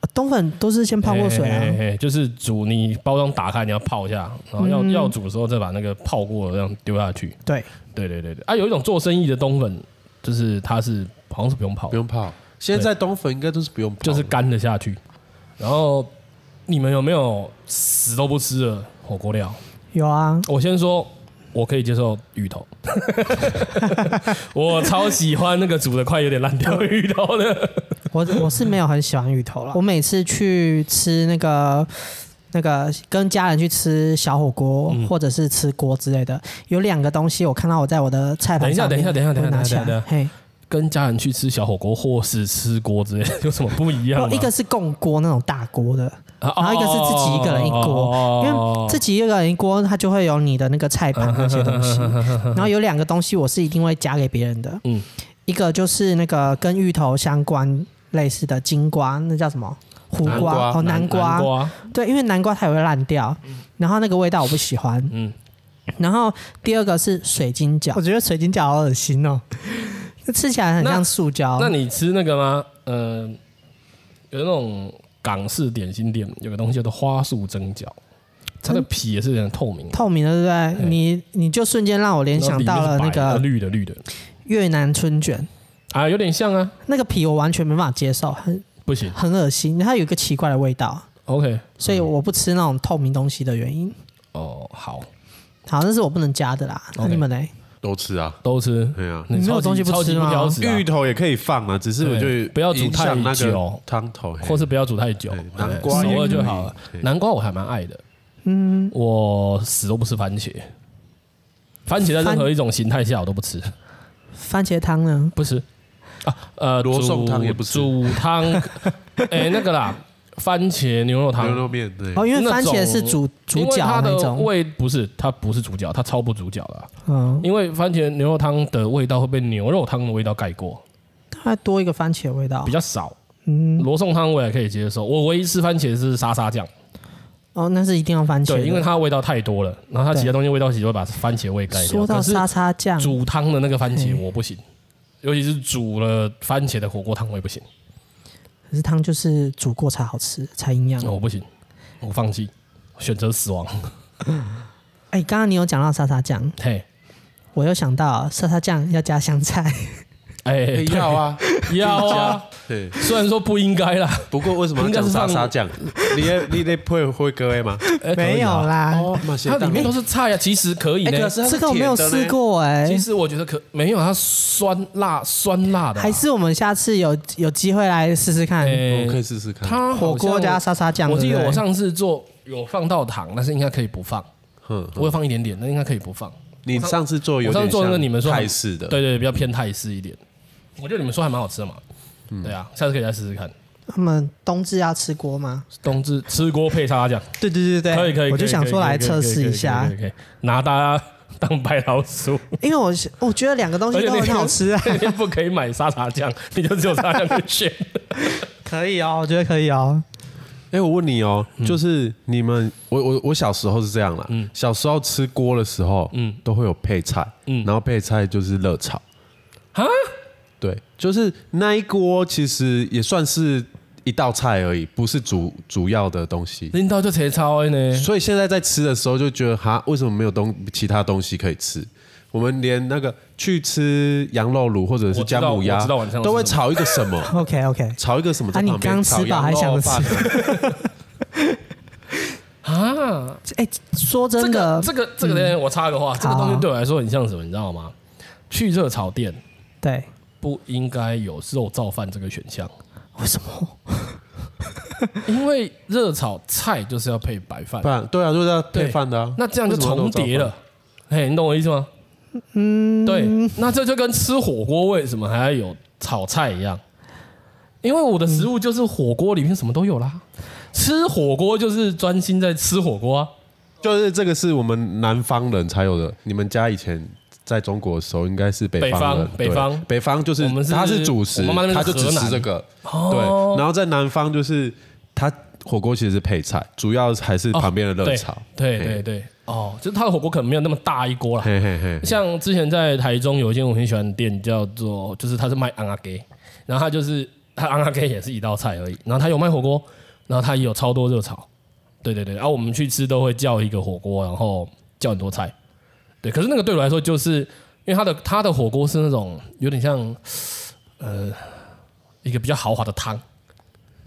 C: 呃冬粉都是先泡过水啊，
A: 嘿嘿嘿就是煮你包装打开你要泡一下，然后要、
C: 嗯
A: 要煮的时候再把那个泡过的这样丢下去。
C: 对，
A: 对对对对，啊，有一种做生意的冬粉，就是它是好像是不用泡的
B: 不，用泡。现在冬粉应该都是不用泡，
A: 就是干的下去。然后你们有没有死都不吃的火锅料？
C: 有啊，
A: 我先说，我可以接受芋头，我超喜欢那个煮的快有点烂掉的芋头的。
C: 我我是没有很喜欢芋头了，我每次去吃那个。那个跟家人去吃小火锅，
A: 嗯
C: 或者是吃锅之类的，有两个东西我看到我在我的菜盘上面
A: 等一下等一下等一下
C: 我会拿起来
A: 等一下
C: 嘿，
A: 跟家人去吃小火锅或是吃锅之类的，有什么不一样吗？
C: 哦一个是共锅那种大锅的，
A: 啊，哦
C: 然后一个是自己一个人一锅因
A: 锅
C: 为自己一个人一锅，它就会有你的那个菜盘那些东西。然后有两个东西我是一定会夹给别人的，
A: 嗯
C: 一个就是那个跟芋头相关类似的金瓜，那叫什么？胡
B: 南
C: 瓜
B: 瓜
C: 哦，
A: 南
C: 南瓜
A: 瓜，
C: 对，因为南瓜它也会烂掉，然后那个味道我不喜欢。
A: 嗯
C: 然后第二个是水晶饺，我觉得水晶饺好恶心哦，这吃起来很
A: 那
C: 像塑胶。
A: 那你吃那个吗？嗯，有那种港式点心店有个东西叫做花束蒸饺，它
C: 嗯
A: 的皮也是有点透明的。
C: 透明的，对不
A: 嘿
C: 对？你你就瞬间让我联想到
A: 然后
C: 了那个
A: 里面是白的绿的绿的
C: 越南春卷，
A: 啊，有点像啊，
C: 那个皮我完全没办法接受，很
A: 不行。
C: 很恶心，它有一个奇怪的味道，
A: OK，
C: 所以我不吃那种透明东西的原因。
A: 哦，好，
C: 好，那是我不能加的啦。那
A: OK
C: 你们嘞？
B: 都吃啊。
A: 都吃。
B: 对啊，
A: 你
C: 你没有
A: 超级
C: 东西不
A: 超级
C: 吃吗
A: 挑食啊
B: 芋头也可以放啊，只是我
A: 对
B: 就
A: 不要煮
B: 影响
A: 太
B: 那
A: 久
B: 个汤头，嘿
A: 或是不要煮太久哎
B: 对，南瓜
A: 熟
B: 也
A: 了就
B: 可以
A: 好了。
B: 对
A: 南瓜我还蛮爱的，
C: 嗯，
A: 我死都不吃番茄。番茄在任
C: 番
A: 何一种形态下我都不吃，
C: 番茄汤
A: 嗯
C: 呢？
A: 不吃啊。呃，
B: 罗
A: 煮
B: 宋汤也不吃
A: 煮汤，哎，那个啦，番茄牛肉汤
B: 牛。肉面对，
C: 哦，因为
A: 那
C: 番茄
A: 种
C: 是主主
A: 因为
C: 角
A: 它
C: 那
A: 的
C: 种，
A: 味不是，它不是主角，它超不主角的啊、
C: 嗯，
A: 因为番茄牛肉汤的味道会被牛肉汤的味道盖过，
C: 它多一个番茄的味道
A: 比。较少。
C: 哦嗯，
A: 罗宋汤我也可以接受，我唯一吃番茄是沙沙酱，
C: 哦，那是一定要番茄的。
A: 对，因为它味道太多了，然后它
C: 对
A: 其他东西味道其实会把番茄味盖掉。
C: 说
A: 可
C: 到
A: 是
C: 沙沙酱，
A: 煮汤的那个番茄
C: 嘿
A: 我不行，尤其是煮了番茄的火锅汤我也不行，
C: 可是汤就是煮过才好吃，才营养。
A: 我不行，我放弃，选择死 亡。
C: 哎，刚刚你有讲到沙沙酱，
A: 嘿，
C: 我又想到沙沙酱要加香菜，
A: 哎，
B: 哎
A: 对
B: 要啊，
A: 要
B: 加
A: 啊，
B: 对。
A: 虽然说不应该啦，
B: 不过为什么要
A: 应该
B: 讲
A: 是
B: 沙
A: 放
B: 沙酱？你也你得配会各位吗？哦
A: 哎
C: 没有，啦。
B: 嘛
A: 可以啊它里面都是菜啊，其实可以
B: 哎
A: 呢
B: 可。是它是
C: 这个我没有
B: 甜的呢
C: 试过哎、
A: 其实我觉得可没有它酸辣酸辣的啊，
C: 还是我们下次有有机会来试试看、
A: 哎
B: 哦我可以试试看。
A: 它
C: 火锅加沙沙酱。
A: 我记
C: 对
A: 得
C: 不对
A: 我上次做有放到糖，但是应该可以不放，
B: 嗯，
A: 我有放一点点，那应该可以不放。
B: 你上次做有
A: 我上次
B: 点
A: 做那个
B: 像
A: 你们说
B: 泰式的，
A: 对对，比较偏泰式一点。我觉得你们说还蛮好吃的嘛。
C: 嗯
A: 对啊，下次可以再试试看。
C: 他们冬至要吃锅吗？
A: 冬至吃锅配沙拉 酱，
C: 对对对对，
A: 可以可以可以，
C: 哎我就想说来
A: 可以可以
C: 测试一下
A: 可以，可以可以可以可以可以拿大家当白老鼠。
C: 因为我是我觉得两个东
A: 而
C: 西
A: 且
C: 都
A: 那
C: 很
A: 天
C: 好吃啊。
A: 那天不可以买沙茶酱，你就只有沙拉酱可以 选。
C: 可以哦，我觉得可以哦。
B: 哎，我问你哦，
A: 嗯
B: 就是你们，我我我小时候是这样啦，小时候吃锅的时候，嗯
A: 嗯，
B: 都会有配菜，嗯
A: 嗯，
B: 然后配菜就是热炒，
A: 啊？
B: 对，就是那一锅其实也算是一道菜而已，不是主主要的东西。
A: 拎到就切超的呢。
B: 所以现在在吃的时候就觉得，哈，为什么没有东其他东西可以吃？我们连那个去吃羊肉卤或者是姜母
A: 我
B: 鸭
A: 知道我知道晚上要吃
B: 都会
A: 什么
B: 炒一个什么，
C: OK OK，
B: 炒一个什么在
C: 啊你
B: 旁边？
C: 刚吃
B: 炒
C: 饱
B: 羊
C: 还想
B: 肉
C: 吃
B: 饭啊
A: 啊，
C: 哎、说真
A: 这
C: 的，
A: 个这个这个，等一下我插个话，这个
C: 好
A: 东西对我来说很像什么，你知道吗？去热炒店
C: 对，
A: 不应该有肉燥饭这个选项，
C: 为什么？
A: 因为热炒菜就是要配白饭，
B: 饭对啊，就是要配
A: 对
B: 饭的啊。
A: 那这样就重叠了。嘿，你懂我意思吗？嗯，对，那这就跟吃火锅为什么还要有炒菜一样，因为我的食物就是火锅里面什么都有啦。吃火锅就是专心在吃火锅啊，
B: 就是这个是我们南方人才有的。你们家以前在中国的时候，应该是北方人
A: 北方北方
B: 对北方就是
A: 我们是
B: 它是主食，
A: 我妈妈那边
B: 它
A: 是河
B: 就只
A: 南哦
B: 吃这个。对，然后在南方就是它火锅其实是配菜，主要还是旁边的热
A: 对
B: 炒。
A: 对
B: 嘿
A: 对对，哦，就是他的火锅可能没有那么大一锅啦，
B: 嘿嘿嘿，
A: 像之前在台中有一间我很喜欢的店，叫做就是它是卖昂阿给，然后它就是它昂阿给也是一道菜而已，然后它有卖火锅，然后它也有超多热炒，对对对，啊然、后我们去吃都会叫一个火锅，然后叫很多菜，对，可是那个对我来说就是因为它的它的火锅是那种有点像呃一个比较豪华的汤，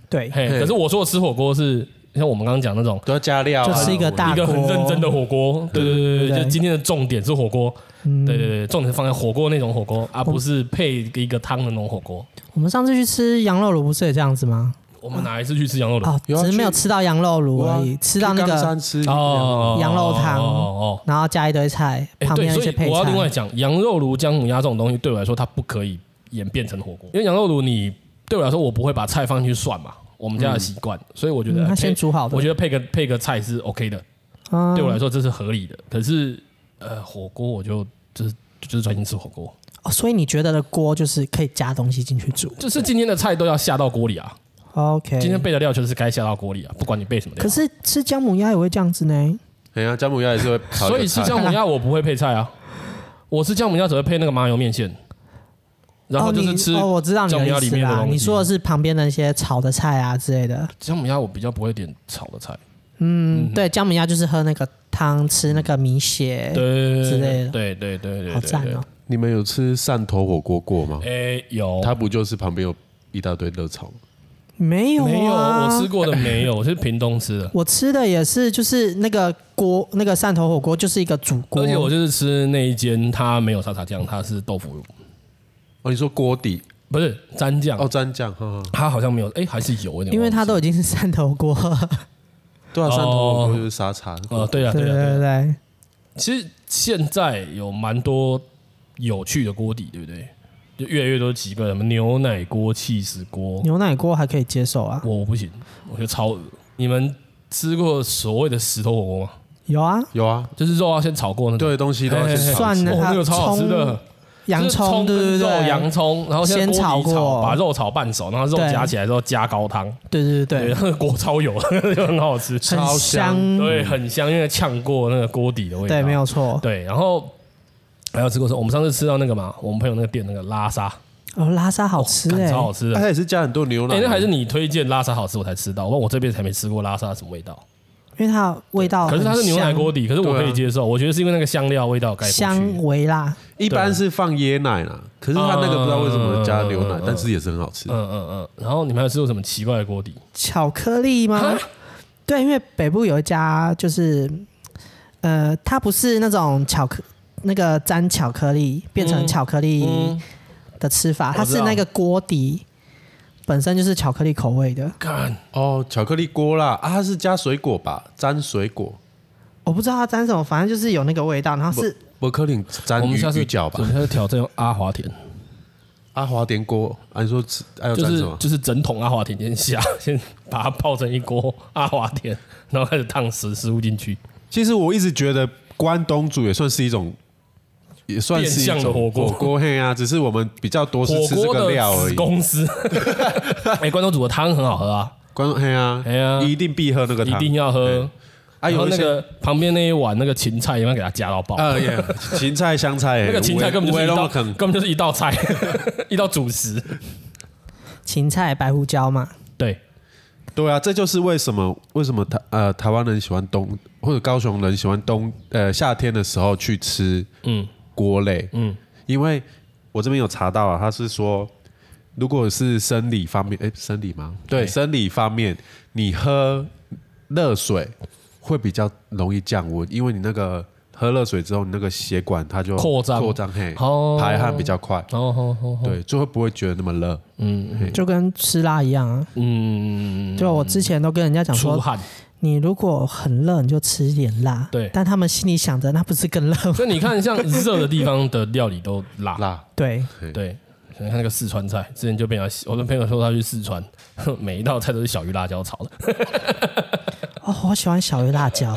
C: 对，
A: 嘿，可是我说的吃火锅是像我们刚刚讲那种
B: 都要加料啊，
C: 就是一个大
A: 一个很认真的火锅，对对对对
C: 对嗯
A: 对，就今天的重点是火锅，对对对，重点是放在火锅那种火锅，
C: 啊
A: 而不是配一个汤的那种火锅。
C: 我们上次去吃羊肉炉不是也这样子吗？
A: 我们哪一次去吃羊肉的？
C: 哦，
B: 有啊
C: 只是没有
B: 去
C: 吃到羊肉炉
B: 我啊
C: 而已，吃到那
B: 去冈
C: 个，
B: 山吃
C: 羊肉汤
A: 哦哦。哦
C: 然后加一堆菜，
A: 哎，
C: 旁
A: 对，
C: 边有一
A: 所
C: 些
A: 以
C: 配
A: 我要
C: 菜
A: 另。外讲，羊肉炉、姜母鸭这种东西对我来说，它不可以演变成火锅，
C: 嗯
A: 因为羊肉炉你对我来说，我不会把菜放进去涮嘛，我们家的习惯，所以我觉得
C: 嗯它
A: 配
C: 先煮好的
A: 我觉得配个配个菜是 OK 的，
C: 嗯
A: 对我来说这是合理的。可是呃，火锅我就就是就是专心吃火锅。
C: 哦，所以你觉得的锅就是可以加东西进去煮
A: 就是今天的菜都要下到锅里啊，
C: ？OK。
A: 今天备的料就是该下到锅里啊，不管你备什么料。
C: 哎可是吃姜母鸭也会这样子呢？
B: 哎呀，姜母鸭也是会炒一个
A: 所以吃
B: 菜
A: 姜母鸭我不会配菜啊， 我吃姜母鸭只会配那个麻油面线，然后
C: 哦
A: 就是
C: 你
A: 吃
C: 哦，我知道你
A: 姜母鸭
C: 的意
A: 里
C: 思
A: 面的
C: 啦。
A: 东西。
C: 你说的是旁边的一些炒的菜啊之类的。
A: 姜母鸭我比较不会点炒的菜，
C: 嗯，对，姜母鸭就是喝那个汤，吃那个米血。
A: 对
C: 哎之类的
A: 对对对对，
C: 好赞哦！
B: 你们有吃汕头火锅过吗？
A: 哎，有
B: 它不就是旁边有一大堆热炒吗？
C: 没有、啊，
A: 没有？我吃过的没有，我是屏东吃的，
C: 我吃的也是，就是那个锅，那个汕头火锅就是一个煮 锅，
A: 而且我就是吃那一间，它没有沙茶酱，它是豆腐乳，
B: 哦，你说锅底
A: 不是蘸酱
B: 哦，，蘸酱，哈哈，
A: 它好像没有，哎，还是有一点忘记，
C: 因为它都已经是汕头锅了。
B: 对啊，汕头火
A: 哦
B: 锅就是沙茶，
A: 呃，对啊，
C: 对
A: 对啊，对啊
C: 对对，
A: 其实现在有蛮多有趣的锅底，对不对？就越来越多奇怪，什么牛奶锅、气死锅，
C: 牛奶锅还可以接受啊，
A: 我不行，我觉得超恶。你们吃过所谓的石头火锅吗？
C: 有啊，
B: 有啊，
A: 就是肉要先炒过那种，
B: 对，东西都要
A: 嘿嘿
B: 先
A: 嘿
B: 炒一次
C: 蒜呢
A: 哦，那个
C: 啊
A: 超好吃的
C: 葱，洋
A: 就是
C: 葱对
A: 跟
C: 对
A: 肉
C: 对，
A: 洋葱，然后先
C: 先
A: 锅
C: 炒
A: 底
C: 过
A: 炒，把肉炒半熟，然后肉
C: 对
A: 夹起来之后加高汤，
C: 对对对
A: 对，
C: 对，
A: 那个锅超油，就很好吃，
B: 超
C: 很
B: 香
A: 对，很香，因为呛过那个锅底的味道，
C: 对，没有错。
A: 对，然后还有吃过什么？我们上次吃到那个嘛，我们朋友那个店那个拉沙，
C: 哦，拉沙好吃
A: 干
C: 哎、
A: 超好吃的。
B: 它也是加很多牛奶
A: 哎、
B: 的，
A: 那还是你推荐拉沙好吃，我才吃到。我我这辈子还没吃过拉沙什么味道，
C: 因为它的味道
A: 可是它是牛奶锅底，可是我可以接受。我觉得是因为那个香料味道盖过
C: 很
A: 去。
C: 香，香微辣，
B: 一般是放椰奶啦，可是它那个不知道为什么加牛奶
A: 嗯，
B: 但是也是很好吃
A: 嗯。嗯嗯。然后你们还有吃过什么奇怪的锅底？
C: 巧克力吗？对，因为北部有一家就是，呃，它不是那种巧克那个沾巧克力变成
A: 嗯
C: 巧克力
A: 嗯，
C: 的吃法，它
A: 我知
C: 是
A: 道
C: 那个锅底本身就是巧克力口味的。
A: 干，
B: 哦，巧克力锅啦，啊，它是加水果吧，沾水果，
C: 我不知道它沾什么，反正就是有那个味道，然后是
B: 伯克林沾
A: 我们
B: 鱼
A: 下次嗯
B: 鱼饺
A: 我
B: 吧
A: 们，下次挑战用阿华田，
B: 阿华田锅，啊，你说吃，还要
A: 就
B: 沾
A: 是
B: 什么？
A: 就是整桶阿华田先下， 先把它泡成一锅 阿华田，然后开始烫食食物进去，
B: 其实我一直觉得关东煮也算是一种，也算是一
A: 变相的
B: 种
A: 火锅
B: 火锅嘿啊，只是我们比较多是
A: 火
B: 吃这
A: 锅
B: 个料
A: 的
B: 而
A: 子
B: 已。
A: 公司。 哎、关东煮的汤很好喝啊，
B: 关嘿啊，
A: 嘿啊
B: 一定必喝那个
A: 一
B: 汤，
A: 定要喝。
B: 啊，
A: 然后
B: 有一
A: 那
B: 些
A: 个旁边那一碗那个芹菜，有没有给它加到爆？
B: 啊耶， 芹菜香菜，
A: 呃那个芹菜根本就是一道，
B: 很
A: 根本就是一道菜， 一道主食。
C: 芹菜、白胡椒嘛，
A: 对，
B: 对啊，这就是为什么为什么台呃台湾人喜欢冬或者高雄人喜欢冬呃夏天的时候去吃
A: 嗯
B: 锅类，
A: 嗯，
B: 因为我这边有查到啊，他是说，如果是生理方面，哎，生理吗？对，
A: 对
B: 生理方面，你喝热水会比较容易降温，因为你那个喝热水之后，你那个血管它就
A: 扩张
B: 扩张嘿，
A: 哦
B: 排汗比较快，
A: 哦吼吼吼，
B: 对，就会不会觉得那么热。
C: 就跟吃辣一样啊。
A: 嗯，啊
C: 就我之前都跟人家讲
A: 出
C: 说，
A: 汗。
C: 你如果很热，你就吃一点辣。
A: 对
C: 但他们心里想着，那不是更热 吗？
A: 所以你看，像热的地方的料理都辣，
B: 辣，
C: 对，
A: 对。你看那个四川菜，之前就被人家，我的朋友说他去四川， 每一道菜都是小鱼辣椒炒的。
C: 哦，我喜欢小鱼辣椒。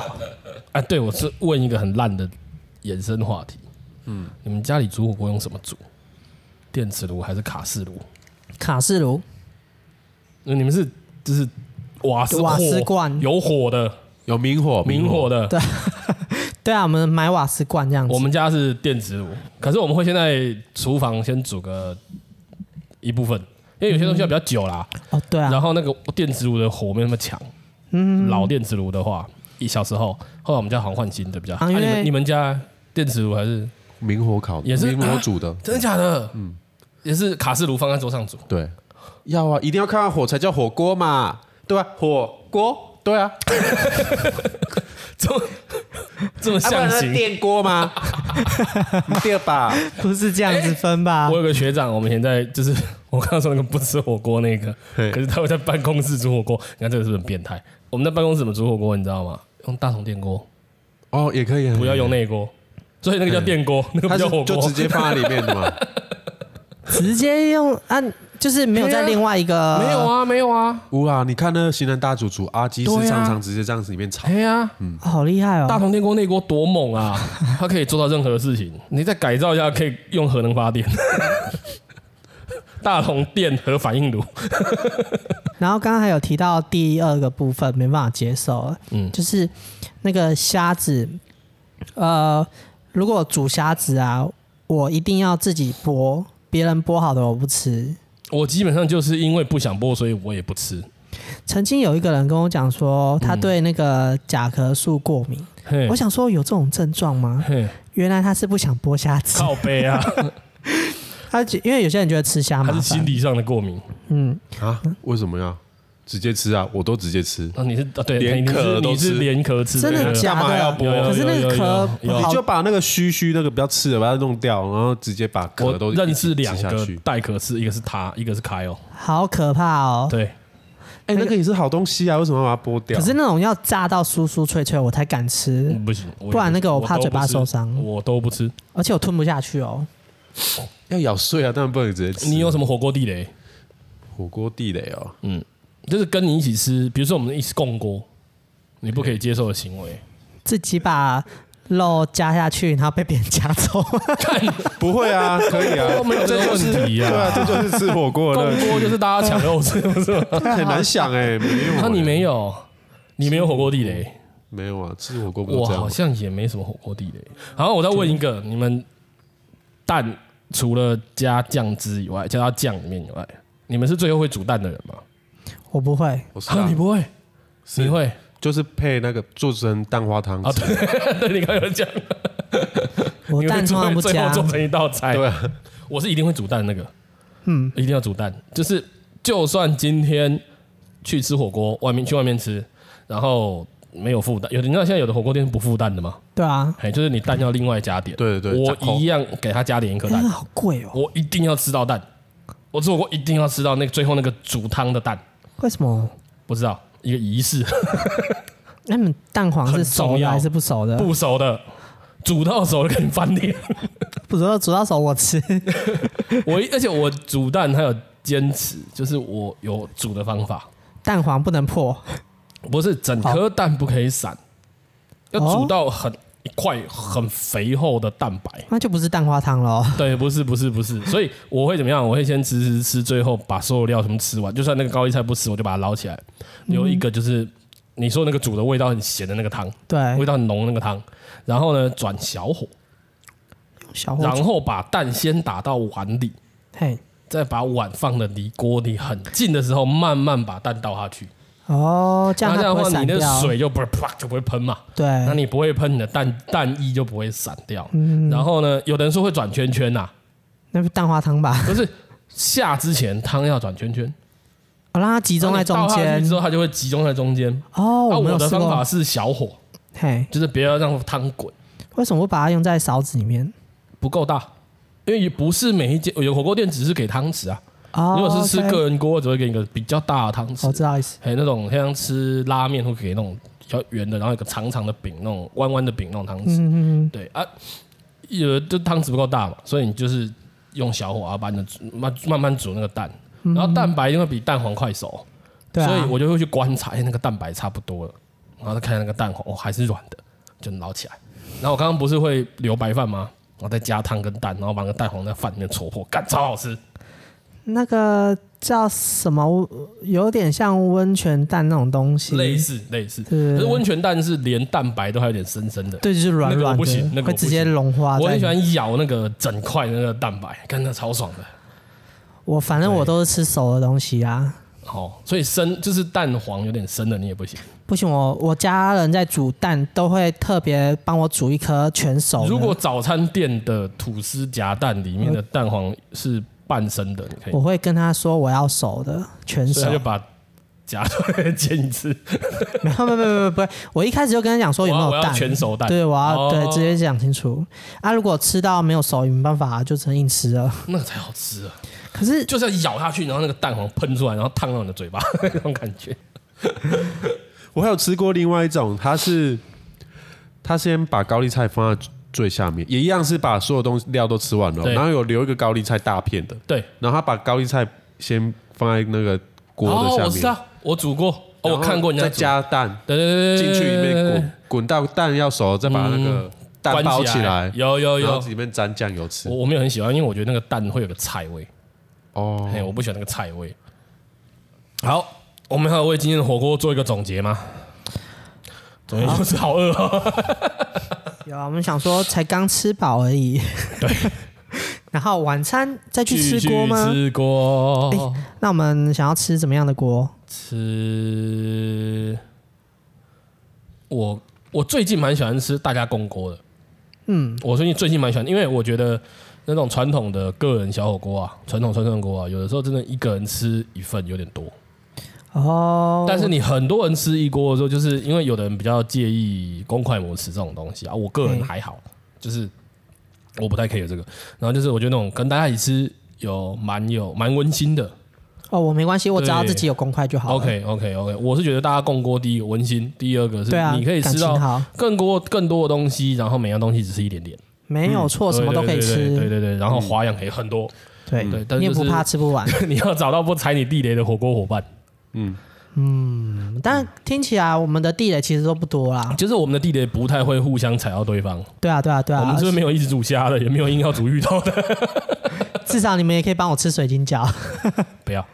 A: 啊，对，我是问一个很烂的衍生话题，嗯，你们家里煮火锅用什么煮？电磁炉还是卡式炉？
C: 卡式炉，
A: 你们是就是瓦斯
C: 瓦斯
A: 火
C: 罐
A: 有火的
B: 有明火，
A: 明火的，
C: 对啊，我们买瓦斯罐这样子。
A: 我们家是电磁炉，可是我们会先在厨房先煮个一部分，因为有些东西要比较久啦。
C: 哦，对啊
A: 然，后那个电磁炉的火没那么强，老电磁炉的话，一小时候，后来我们家好像换新的比较好。
C: 啊
A: 啊
C: 因
A: 你
C: 为
A: 们你们家电磁炉还是
B: 明火烤的，
A: 也是
B: 明火煮的，
A: 真的假的？嗯，也是卡式炉放在桌上煮。
B: 对，要啊，一定要看到火才叫火锅嘛，对吧、火锅，对啊，
A: 这么 这么
B: 啊不然
A: 象
B: 那
A: 形。
B: 电锅 吗？对吧？
C: 不是这样子分
B: 啊
C: 吧
A: 哎我？有个学长，我们现在就是 我刚刚说那个不吃火锅那个，
B: 对
A: 可是他会在办公室煮火锅，你看这个是不是很变态？我们在办公室怎么煮火锅，你知道吗？用大同电锅，
B: 哦，也可以，
A: 不要用内锅，所以那个叫电锅，那个
B: 它
A: 不
B: 嗯是
A: 叫火
B: 就
A: 锅
B: 直。接放在里面的嘛。
C: 直接用按，就是没有在另外一个
A: 没有。啊，没有啊，
B: 无啊，你看那个型男大主厨阿基
A: 对
B: 是
A: 啊
B: 常常直接这样子里面炒
A: 哎，呀，
B: 嗯
C: 哦好厉害
A: 大
C: 哦！
A: 同电锅内锅多猛啊，它可以做到任何事情。你再改造一下，可以用核能发电。 大同电核反应炉，
C: 然后刚刚还有提到第二个部分没办法接受了，
A: 嗯
C: 就是那个虾子，呃，如果煮虾子啊，我一定要自己剥，别人剥好的我不吃。
A: 我基本上就是因为不想剥，所以我也不吃。
C: 曾经有一个人跟我讲说，他对那个甲壳素过敏，
A: 嗯嘿
C: 我，想说有这种症状吗？
A: 嘿，
C: 原来他是不想剥虾子，
A: 靠背 啊，
C: 他觉因为有些人觉得吃虾
A: 还
C: 麻
A: 是心
C: 烦，
A: 理上的过敏。
C: 嗯，
B: 啊？为什么要直接吃啊？我都直接吃，
A: 啊，你是啊，对，
B: 连
A: 你
B: 壳
A: 是
B: 都
A: 你是
B: 吃
A: 连壳吃，
C: 真的
A: 对对对
C: 假
B: 干嘛要
C: 的？
B: 剥
A: 有
C: 可是那个壳
A: 有有有
B: 你
C: 好
B: 就把那个须须那个不要吃的把它弄掉，然后直接把壳都
A: 我认识
B: 一起
A: 两
B: 吃下
A: 个
B: 去。哎
A: 带壳是，一个是他，一个是凯哦。
C: 好可怕哦！
A: 对，
B: 哎，那个也是好东西啊，为什么要把它剥掉？
C: 可是那种要炸到酥酥脆脆，我才敢吃，
A: 不行，我也
C: 不然那个
A: 我
C: 我怕
A: 都
C: 嘴巴
A: 不吃
C: 受伤
A: 我都不吃。
C: 而且我吞不下去哦。
B: 要咬碎啊，当然不能直接吃。
A: 你有什嗯么火锅地雷？
B: 火锅地雷哦，
A: 就是跟你一起吃，比如说我们一起共锅，你不可以接受的行 为。
C: 自己把肉加下去，然后被别人夹走。
A: 看，
B: 不会 啊，可以啊，
A: 都没有这
B: 这
A: 个
B: 就是
A: 问题啊
B: 对啊，这就是吃火锅的
A: 共
B: 乐趣
A: 锅就是大家抢肉吃，不是吗？
B: 很难想哎，没有欸，
A: 那你没有，你没有火锅地雷。
B: 没有啊？吃火锅不是
A: 我
B: 这样
A: 哦好
B: 吗，
A: 像也没什么火锅地雷。好，我再问一个，你们蛋除了加酱汁以外，加到酱里面以外，你们是最后会煮蛋的人吗？
C: 我不会，
B: 我是啊
A: 你不会，你会
B: 就是配那个做成蛋花汤
A: 啊？
B: 吃，
A: 对，对， 你刚刚有讲，
C: 我
A: 你会
C: 蛋
A: 最
C: 通常
A: 后
C: 不
A: 最后
C: 加。
A: 做成一道菜。
B: 对啊，
A: 我是一定会煮蛋的那个，
C: 嗯，
A: 一定要煮蛋。就是就算今天去吃火锅，外面去外面吃，然后没有附蛋，有的你知道现在有的火锅店是不附蛋的吗？
C: 对啊，
A: 哎，就是你蛋要另外加点。
B: 对对对
A: 我
B: 加扣
A: 一样给他加点一颗
C: 那
A: 蛋
C: 个。好贵哦。
A: 我一定要吃到蛋，我吃火锅一定要吃到那个最后那个煮汤的蛋，
C: 为什么？
A: 不知道一个仪 式，
C: 那你们蛋黄是
A: 很
C: 熟
A: 重
C: 的
A: 要
C: 还是不熟的？
A: 不熟的煮到熟的给你翻脸。
C: 不熟的煮到熟我吃。
A: 我一而且我煮蛋还有坚持，就是我有煮的方法，
C: 蛋黄不能破，
A: 不是整颗蛋不可以散，要煮到很一块很肥厚的蛋白。
C: 那就不是蛋花汤哦喽。
A: 对，不是不是不是，所以我会怎么样？我会先吃吃吃，最后把所有料全部吃完，就算那个高丽菜不吃，我就把它捞起来，留一个就是你说那个煮的味道很咸的那个汤。
C: 对
A: 味，道很浓那个汤，然后呢转小火，
C: 小火
A: 然
C: 煮。
A: 后把蛋先打到碗里，
C: 嘿，
A: 再把碗放的离锅里很近的时候，慢慢把蛋倒下去。
C: 哦，这样
A: 那
C: 它
A: 这样的
C: 不会
A: 话，
C: 散
A: 你的
C: 掉。哎
A: 水就不啪就不会喷嘛，那
C: 对，
A: 你不会喷，你的蛋蛋液就不会散掉。
C: 嗯
A: 然后呢，有的人说会转圈圈呐、
C: 那不蛋花汤吧？
A: 不是下之前汤要转圈圈，
C: 我让它集中在中
A: 然后你倒下
C: 间
A: 去。之后它就会集中在中间。
C: 哦，
A: 那
C: 没
A: 我
C: 有
A: 的
C: 试
A: 方法
C: 过。
A: 是小火，
C: 嘿，
A: 就是不要让汤滚。
C: 为什么不把它用在勺子里面？
A: 不够大，因为也不是每一间有火锅店只是给汤匙啊。
C: 哦，
A: 如果是吃
C: OK 哦
A: 个人锅，只会给你个比较大的汤匙
C: 我，知道意思。
A: 还有那种像吃拉面会给那种比较圆的，然后有个长长的饼，那种弯弯的饼那种汤匙。
C: 嗯嗯嗯，
A: 对啊，有的就汤匙不够大嘛，所以你就是用小火啊，把你的煮慢慢慢煮那个蛋，然后蛋白因为比蛋黄快熟，
C: 嗯对啊。
A: 所以我就会去观察，哎，那个蛋白差不多了，然后再看那个蛋黄，哦，还是软的，就捞起来。然后我刚刚不是会留白饭吗？然后再加汤跟蛋，然后把那个蛋黄在饭里面戳破，干超好吃。
C: 那个叫什么，有点像温泉蛋那种东西，
A: 类似类似，
C: 对
A: 可是温泉蛋是连蛋白都还有点深深的。
C: 对，就是软
A: 那个我
C: 软
A: 不行
C: 的，
A: 那个我
C: 会
A: 不
C: 直接
A: 行
C: 融化。
A: 我很喜，欢咬那个整块的那个蛋白，干那超爽的。
C: 我反正我
A: 对
C: 都是吃熟的东西啊。
A: 哦，所以生就是蛋黄有点生的你也不行。
C: 不行，我我家人在煮蛋都会特别帮我煮一颗全熟的。
A: 如果早餐店的吐司夹蛋里面的蛋黄是半生的，你可以
C: 我会跟他说我要熟的全
A: 所以
C: 熟
A: 他就，把夹出来煎一次。
C: 没有没有没有没有不会，我一开始就跟他讲说有没
A: 我
C: 有
A: 要我要
C: 蛋，
A: 全熟蛋，
C: 对，我要、
A: 哦
C: 对直接讲清楚啊。如果吃到没有熟也没办法，就只能硬 吃了。
A: 那个才好吃啊！
C: 可是
A: 就是要咬下去，然后那个蛋黄喷出来，然后烫到你的嘴巴那种感觉。
B: 我还有吃过另外一种，它是它先把高丽菜放在最下面，也一样是把所有东西料都吃完了，哦
A: 对
B: 然后有留一个高丽菜大片的，
A: 对，
B: 然后他把高丽菜先放在那个锅的
A: 哦，
B: 下
A: 我
B: 面
A: 知，道，我煮过，哦，
B: 然
A: 我
B: 后
A: 看过人家
B: 再
A: 煮，
B: 加蛋
A: 对对对
B: 进
A: 对
B: 去里
A: 对对
B: 面
A: 对对
B: 滚，滚到蛋要熟了，再把那个蛋包
A: 嗯关
B: 起来，
A: 有有
B: 然
A: 有
B: 后，里面沾酱油吃
A: 我。我没有很喜欢，因为我觉得那个蛋会有个菜味，
B: 哦，
A: 哎，我不喜欢那个菜味。好，我们还有为今天的火锅做一个总结吗？总结就是好饿哦。
C: 有啊，我们想说才刚吃饱而已。
A: 对。
C: 然后晚餐再去吃
A: 去
C: 锅吗？哎
A: 吃哦锅，
C: 那我们想要吃怎么样的锅？
A: 吃。我我最近蛮喜欢吃大家公锅的，
C: 嗯，
A: 我最近最近蛮喜欢，因为我觉得那种传统的个人小火锅啊，传统串串锅啊，有的时候真的一个人吃一份有点多，
C: 哦，
A: 但是你很多人吃一锅的时候，就是因为有的人比较介意公筷母匙这种东西啊，我个人还好，就是我不太 care 这个。然后就是我觉得那种跟大家一起吃有蛮有蛮温馨的，
C: 哦，我没关系，我只要
A: 对
C: 自己有公筷就好了。啊
A: OK OK OK，我是觉得大家共锅第一个温馨，第二个是
C: 对啊，
A: 你可以
C: 感
A: 吃
C: 情
A: 到
C: 好，
A: 更多更多的东西，然后每样东西只是一点点，
C: 没有错，什么都可以
A: 嗯对对对对
C: 吃。
A: 对对，然后花样也很多，
C: 对
A: 对但是
C: 你也
A: 就
C: 不
A: 是
C: 怕吃不完。
A: 你要找到不踩你地雷的火锅伙伴。
C: 但听起来我们的地雷其实都不多啦。
A: 就是我们的地雷不太会互相踩到对方，
C: 对啊，对啊，对
A: 我们
C: 啊
A: 是。不是没有一直煮虾的，也没有硬要煮芋头的，
C: 至少你们也可以帮我吃水晶饺。
A: 不要。